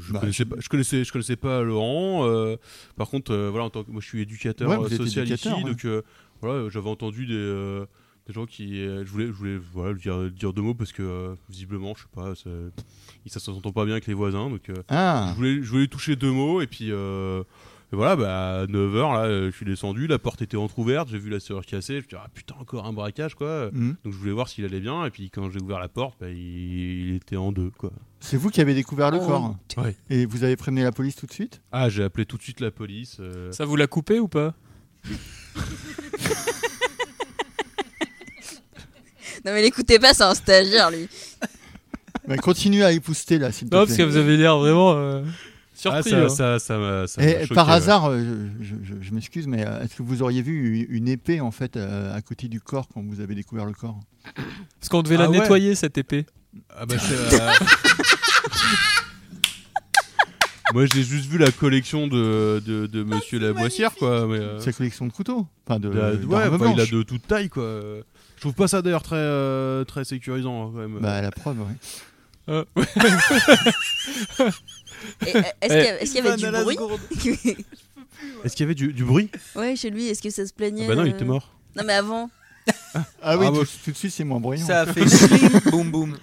S1: je
S3: Bah,
S1: connaissais pas, je connaissais, je connaissais pas Laurent. euh, par contre, euh, voilà, en tant que, moi, je suis éducateur
S3: Ouais,
S1: euh,
S3: vous êtes
S1: social
S3: éducateur,
S1: ici,
S3: ouais.
S1: donc euh, voilà, euh, j'avais entendu des, euh, des gens qui, euh, je voulais, je voulais, voilà, lui dire, dire deux mots parce que euh, visiblement, je sais pas, ça, il- ça s'entend pas bien avec les voisins, donc euh,
S3: Ah.
S1: je voulais, je voulais lui toucher deux mots et puis. euh, et voilà, bah, à 9h, là, euh, je suis descendu, la porte était entrouverte, j'ai vu la serrure cassée, je me suis dit, ah putain, encore un braquage, quoi.
S3: Mhm.
S1: Donc je voulais voir s'il allait bien, et puis quand j'ai ouvert la porte, bah, il, il était en deux, quoi.
S3: C'est vous qui avez découvert le
S1: Oh,
S3: corps
S1: ouais.
S3: Et vous avez prévenu la police tout de suite
S1: Ah, j'ai appelé tout de suite la police. euh.
S5: Ça vous l'a coupé ou pas
S2: Non, mais l'écoutez pas, c'est un stagiaire, lui.
S3: Bah, Continuez à épouster là, s'il te plaît.
S5: Non, parce que vous avez l'air vraiment euh,
S1: Ah,
S5: surpris.
S1: ça,
S5: hein.
S1: ça, ça m'a- ça m'a
S3: Et
S1: choqué,
S3: Eh, par
S1: ouais.
S3: hasard, euh, je, je- je m'excuse, mais euh, est-ce que vous auriez vu une une épée en fait euh, à côté du corps quand vous avez découvert le corps
S5: Parce qu'on devait la
S1: Ah ouais.
S5: nettoyer cette épée.
S1: Ah bah, c'est, euh, Moi, j'ai juste vu la collection de, de, de Monsieur Lavoisière, quoi. Mais, euh,
S3: Sa collection de couteaux Enfin, de, euh,
S1: il a, ouais,
S3: d'armes
S1: enfin, il a
S3: blanches.
S1: de toute taille, quoi. Je trouve pas ça d'ailleurs très, euh, très sécurisant, quand même.
S3: Bah, la preuve, ouais.
S5: Euh.
S2: Et, euh, Est-ce qu'il y a- est-ce qu'il y avait du bruit
S1: Euh, Est-ce qu'il y avait du, du bruit
S2: Ouais, chez lui, est-ce que ça se plaignait
S1: Ah bah non, il
S2: euh,
S1: était mort.
S2: Non, mais avant.
S3: Ah oui,
S1: Ah,
S3: tout,
S1: bah,
S3: tout de suite c'est moins bruyant.
S4: Ça a fait slim, boum boum.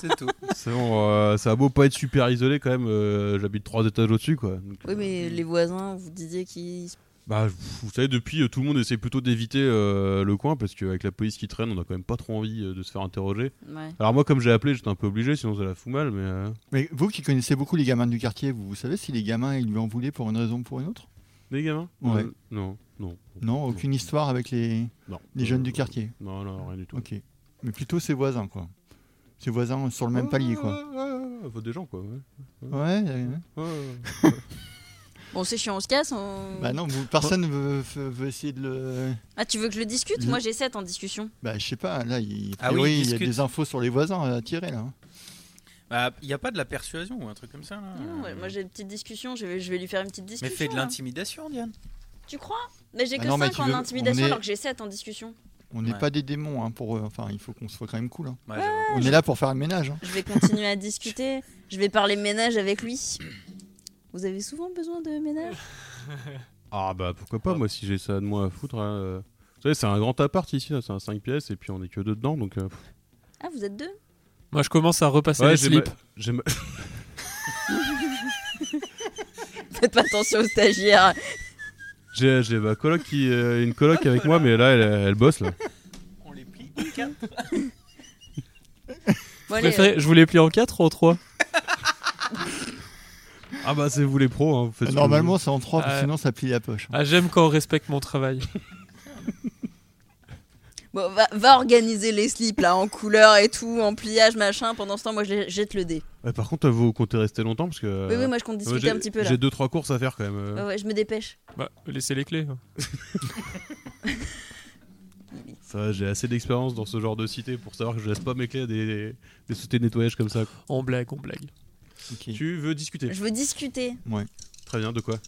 S4: C'est tout.
S1: C'est bon, euh, ça a beau pas être super isolé quand même, euh, j'habite trois étages au-dessus quoi. Donc,
S2: Oui, mais les voisins, vous disiez qu'ils.
S1: bah, vous savez, depuis euh, tout le monde essaie plutôt d'éviter euh, le coin parce qu'avec la police qui traîne, on a quand même pas trop envie euh, de se faire interroger.
S2: Ouais.
S1: Alors, moi, comme j'ai appelé, j'étais un peu obligé, sinon ça la fout mal, mais. euh,
S3: Mais vous qui connaissez beaucoup les gamins du quartier, vous, vous savez si les gamins ils lui en voulaient pour une raison ou pour une autre
S1: Les gamins
S3: Ouais.
S1: Euh, Non, non.
S3: Non, aucune histoire avec les,
S1: Non.
S3: les jeunes du quartier.
S1: Non, non, rien du tout.
S3: Ok. Mais plutôt ses voisins, quoi. Ses voisins sur le même palier, quoi.
S1: Ah, faut des gens quoi, ouais.
S3: Ouais. ouais, ouais.
S2: Bon, c'est chiant, on se casse. on-
S3: Bah non, vous- personne veut, veut- veut essayer de le.
S2: Ah, tu veux que je le discute
S3: Je-
S2: Moi, j'essaie en discussion.
S3: Bah je sais pas, là, il,
S4: Ah oui,
S3: oui, il
S4: il
S3: y a
S4: discute.
S3: des infos sur les voisins à tirer, là. hein.
S4: Bah, il n'y a pas de la persuasion ou un truc comme ça. là.
S2: Non, ouais, moi, j'ai une petite discussion. Je vais, je vais lui faire une petite discussion.
S4: Ah, Mais fais de
S2: là.
S4: l'intimidation, Diane.
S2: Tu crois Mais j'ai
S3: Ah
S2: que
S3: non, mais
S2: 5
S3: tu
S2: en
S3: veux-
S2: intimidation
S3: on est-
S2: alors que j'ai 7 en discussion.
S3: On n'est
S4: Ouais.
S3: pas des démons, hein, pour eux. Enfin, il faut qu'on soit quand même cool. hein.
S4: Ouais, j'avoue.
S3: on est là pour faire le ménage. hein.
S2: Je vais continuer à discuter. Je vais parler ménage avec lui. Vous avez souvent besoin de ménage
S1: Ah bah pourquoi pas, moi si j'ai ça de moi à foutre. hein, euh. Vous savez, c'est un grand appart ici, là, c'est un 5 pièces et puis on est que deux dedans donc. euh, pff.
S2: Ah, vous êtes deux
S5: Moi, je commence à repasser
S1: Ouais,
S5: les
S1: j'ai
S5: slips.
S1: ma- j'ai ma-
S2: Faites pas attention aux stagiaires.
S1: J'ai j'ai ma coloc qui euh, une coloc avec moi, mais là elle, elle bosse là.
S4: On les plie en quatre.
S2: Bon,
S5: Vous
S2: allez,
S5: préférez- Je vous les plie en 4 ou en 3
S1: Ah bah c'est vous les pros, hein, vous faites. ce que Euh,
S3: Normalement,
S1: vous
S3: c'est en trois, parce que
S5: Ah.
S3: sinon ça plie la poche. hein.
S5: ah, J'aime quand on respecte mon travail.
S2: bon, va, va organiser les slips là en couleur et tout, en pliage machin. Pendant ce temps, moi, je les- jette le dé.
S1: voulez. Ouais, par contre, vous comptez rester longtemps parce que.
S2: Oui, oui, moi, je compte discuter
S1: Euh, j'ai-
S2: un petit peu, là. Ah
S1: J'ai deux trois courses à faire quand même. euh.
S2: Ouais, ouais, je me dépêche.
S5: Bah, laissez les clés.
S1: Ça, va, j'ai assez d'expérience dans ce genre de cité pour savoir que je laisse pas mes clés à des, des sautés de nettoyage comme ça. quoi.
S5: On blague, on blague.
S3: Ok.
S1: ah, Tu veux discuter
S2: Je veux discuter
S3: Ouais.
S1: Très bien, de quoi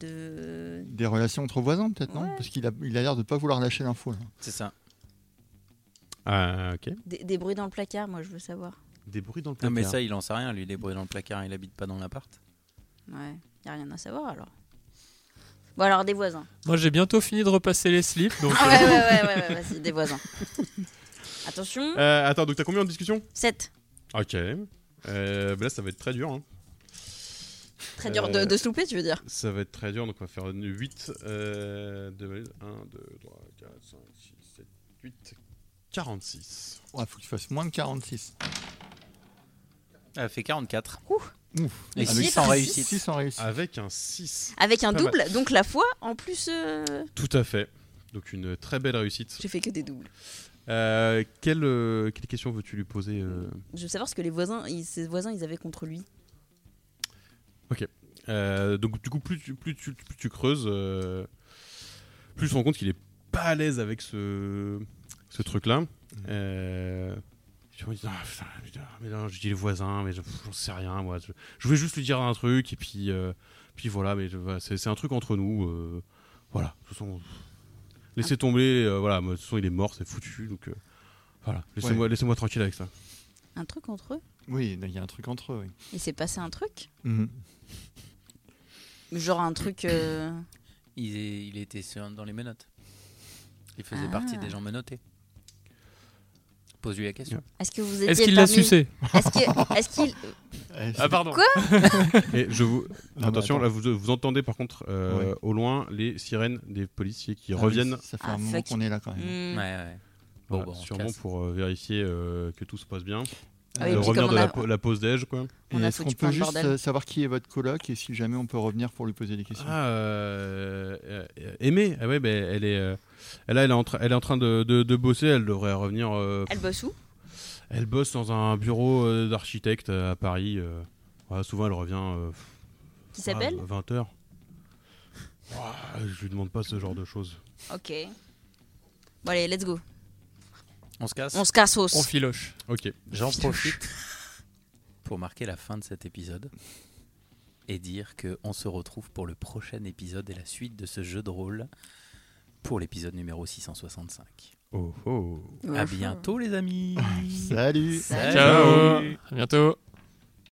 S2: de.
S3: Des relations entre voisins, peut-être, non Parce qu'il a il a l'air de pas vouloir lâcher l'info. là.
S4: C'est ça.
S1: Ah ok.
S2: Des, des bruits dans le placard, moi, je veux savoir.
S1: Des bruits dans le
S4: Non,
S1: placard.
S4: mais ça, il en sait rien. Lui, il est brûlé dans le placard. Il habite pas dans l'appart.
S2: Ouais, y a rien à savoir alors. Bon, alors des voisins.
S5: Moi, j'ai bientôt fini de repasser les slips. Donc,
S2: Ah
S5: euh,
S2: ouais, ouais, ouais, ouais, ouais, vas-y, des voisins. Attention,
S1: Euh, attends, donc t'as combien en discussion
S2: 7.
S1: Ok. Euh, bah là, ça va être très dur. hein.
S2: Très dur de,
S1: Euh,
S2: de se louper, tu veux dire
S1: Ça va être très dur, donc on va faire 8 euh, de valise. 1, 2, 3, 4, 5, 6, 7, 8, 46.
S3: Ouais, faut qu'il fasse moins de 46.
S4: Elle fait 44.
S3: Ouf.
S4: Et
S2: Avec
S4: 6 en
S2: un
S4: réussite.
S2: six.
S1: Avec un 6.
S2: Avec un
S1: Pas mal.
S2: double, donc la fois en plus. euh,
S1: Tout à fait. Donc une très belle réussite.
S2: J'ai fait que des doubles.
S1: Euh, quelle, euh, quelle question veux-tu lui poser euh
S2: Je veux savoir ce que les voisins, ils- ses voisins, ils avaient contre lui.
S1: Ok. Euh, donc du coup, plus tu, plus tu, plus tu creuses, euh, plus tu te rends compte qu'il est pas à l'aise avec ce, ce truc-là. Euh, tu vois, il dit, Ah, putain, putain, mais non, je dis les voisins, mais je- pff, j'en sais rien, moi. Je, je voulais juste lui dire un truc, et puis, euh, puis voilà, mais je- voilà, c'est c'est un truc entre nous. euh, voilà, de toute façon, pff, laissez tomber, euh, voilà, moi, de toute façon, il est mort, c'est foutu, donc euh, voilà, laissez-moi
S3: Ouais.
S1: laissez-moi tranquille avec ça.
S2: Un truc entre eux
S3: Oui, il y a un truc entre eux. oui.
S2: Il s'est passé un truc
S3: Mhm.
S2: Genre un truc. euh,
S4: Il, est- il était sur- dans les menottes. Il faisait
S2: Ah.
S4: partie des gens menottés. Pose-lui la question.
S2: Est-ce que vous
S5: euh, Est-ce
S2: étiez
S5: qu'il l'a
S2: parmi-
S5: sucé
S2: Est-ce que- est-ce qu'il.
S5: Ah, pardon.
S2: Quoi
S1: Et je vous...
S3: mais
S1: Attention,
S3: attends.
S1: là, vous, vous entendez par contre euh,
S3: Ouais.
S1: au loin les sirènes des policiers qui
S3: Ah oui,
S1: reviennent.
S3: ça fait un Ah, moment fuck. qu'on est là, quand même. Mm.
S2: hmm,
S4: Ouais, ouais.
S1: Voilà,
S4: Bon, bon, on
S1: sûrement
S4: classe.
S1: pour euh, vérifier euh, que tout se passe bien.
S2: Ah oui,
S1: de
S2: puis
S1: revenir de
S2: comme on
S1: la,
S2: a-
S1: po- la pause déj, quoi.
S2: On
S3: Et
S2: a
S3: Est-ce
S2: foutu
S3: qu'on
S2: plein
S3: peut
S2: de
S3: juste
S2: bordel.
S3: euh, savoir qui est votre coloc et si jamais on peut revenir pour lui poser des questions
S1: Ah, euh, euh, Aimée, ah ouais, ben, elle est, euh, elle, là, elle est en train, elle est en train de, de- de bosser. Elle devrait revenir. euh,
S2: Elle bosse où
S1: Elle bosse dans un bureau euh, d'architecte euh, à Paris. euh. Ouais, souvent, elle revient. euh,
S2: Qui s'appelle
S1: à 20 h Je lui demande pas ce genre de choses.
S2: Ok. Bon, allez, let's go.
S4: On se casse
S2: On se casse, os.
S5: On filoche.
S1: Ok.
S4: J'en
S2: Filoche.
S4: profite pour marquer la fin de cet épisode et dire que on se retrouve pour le prochain épisode et la suite de ce jeu de rôle pour l'épisode numéro 665.
S1: Oh oh.
S5: Ah,
S4: À bientôt les amis.
S3: Salut
S4: Salut.
S5: Ciao. À bientôt.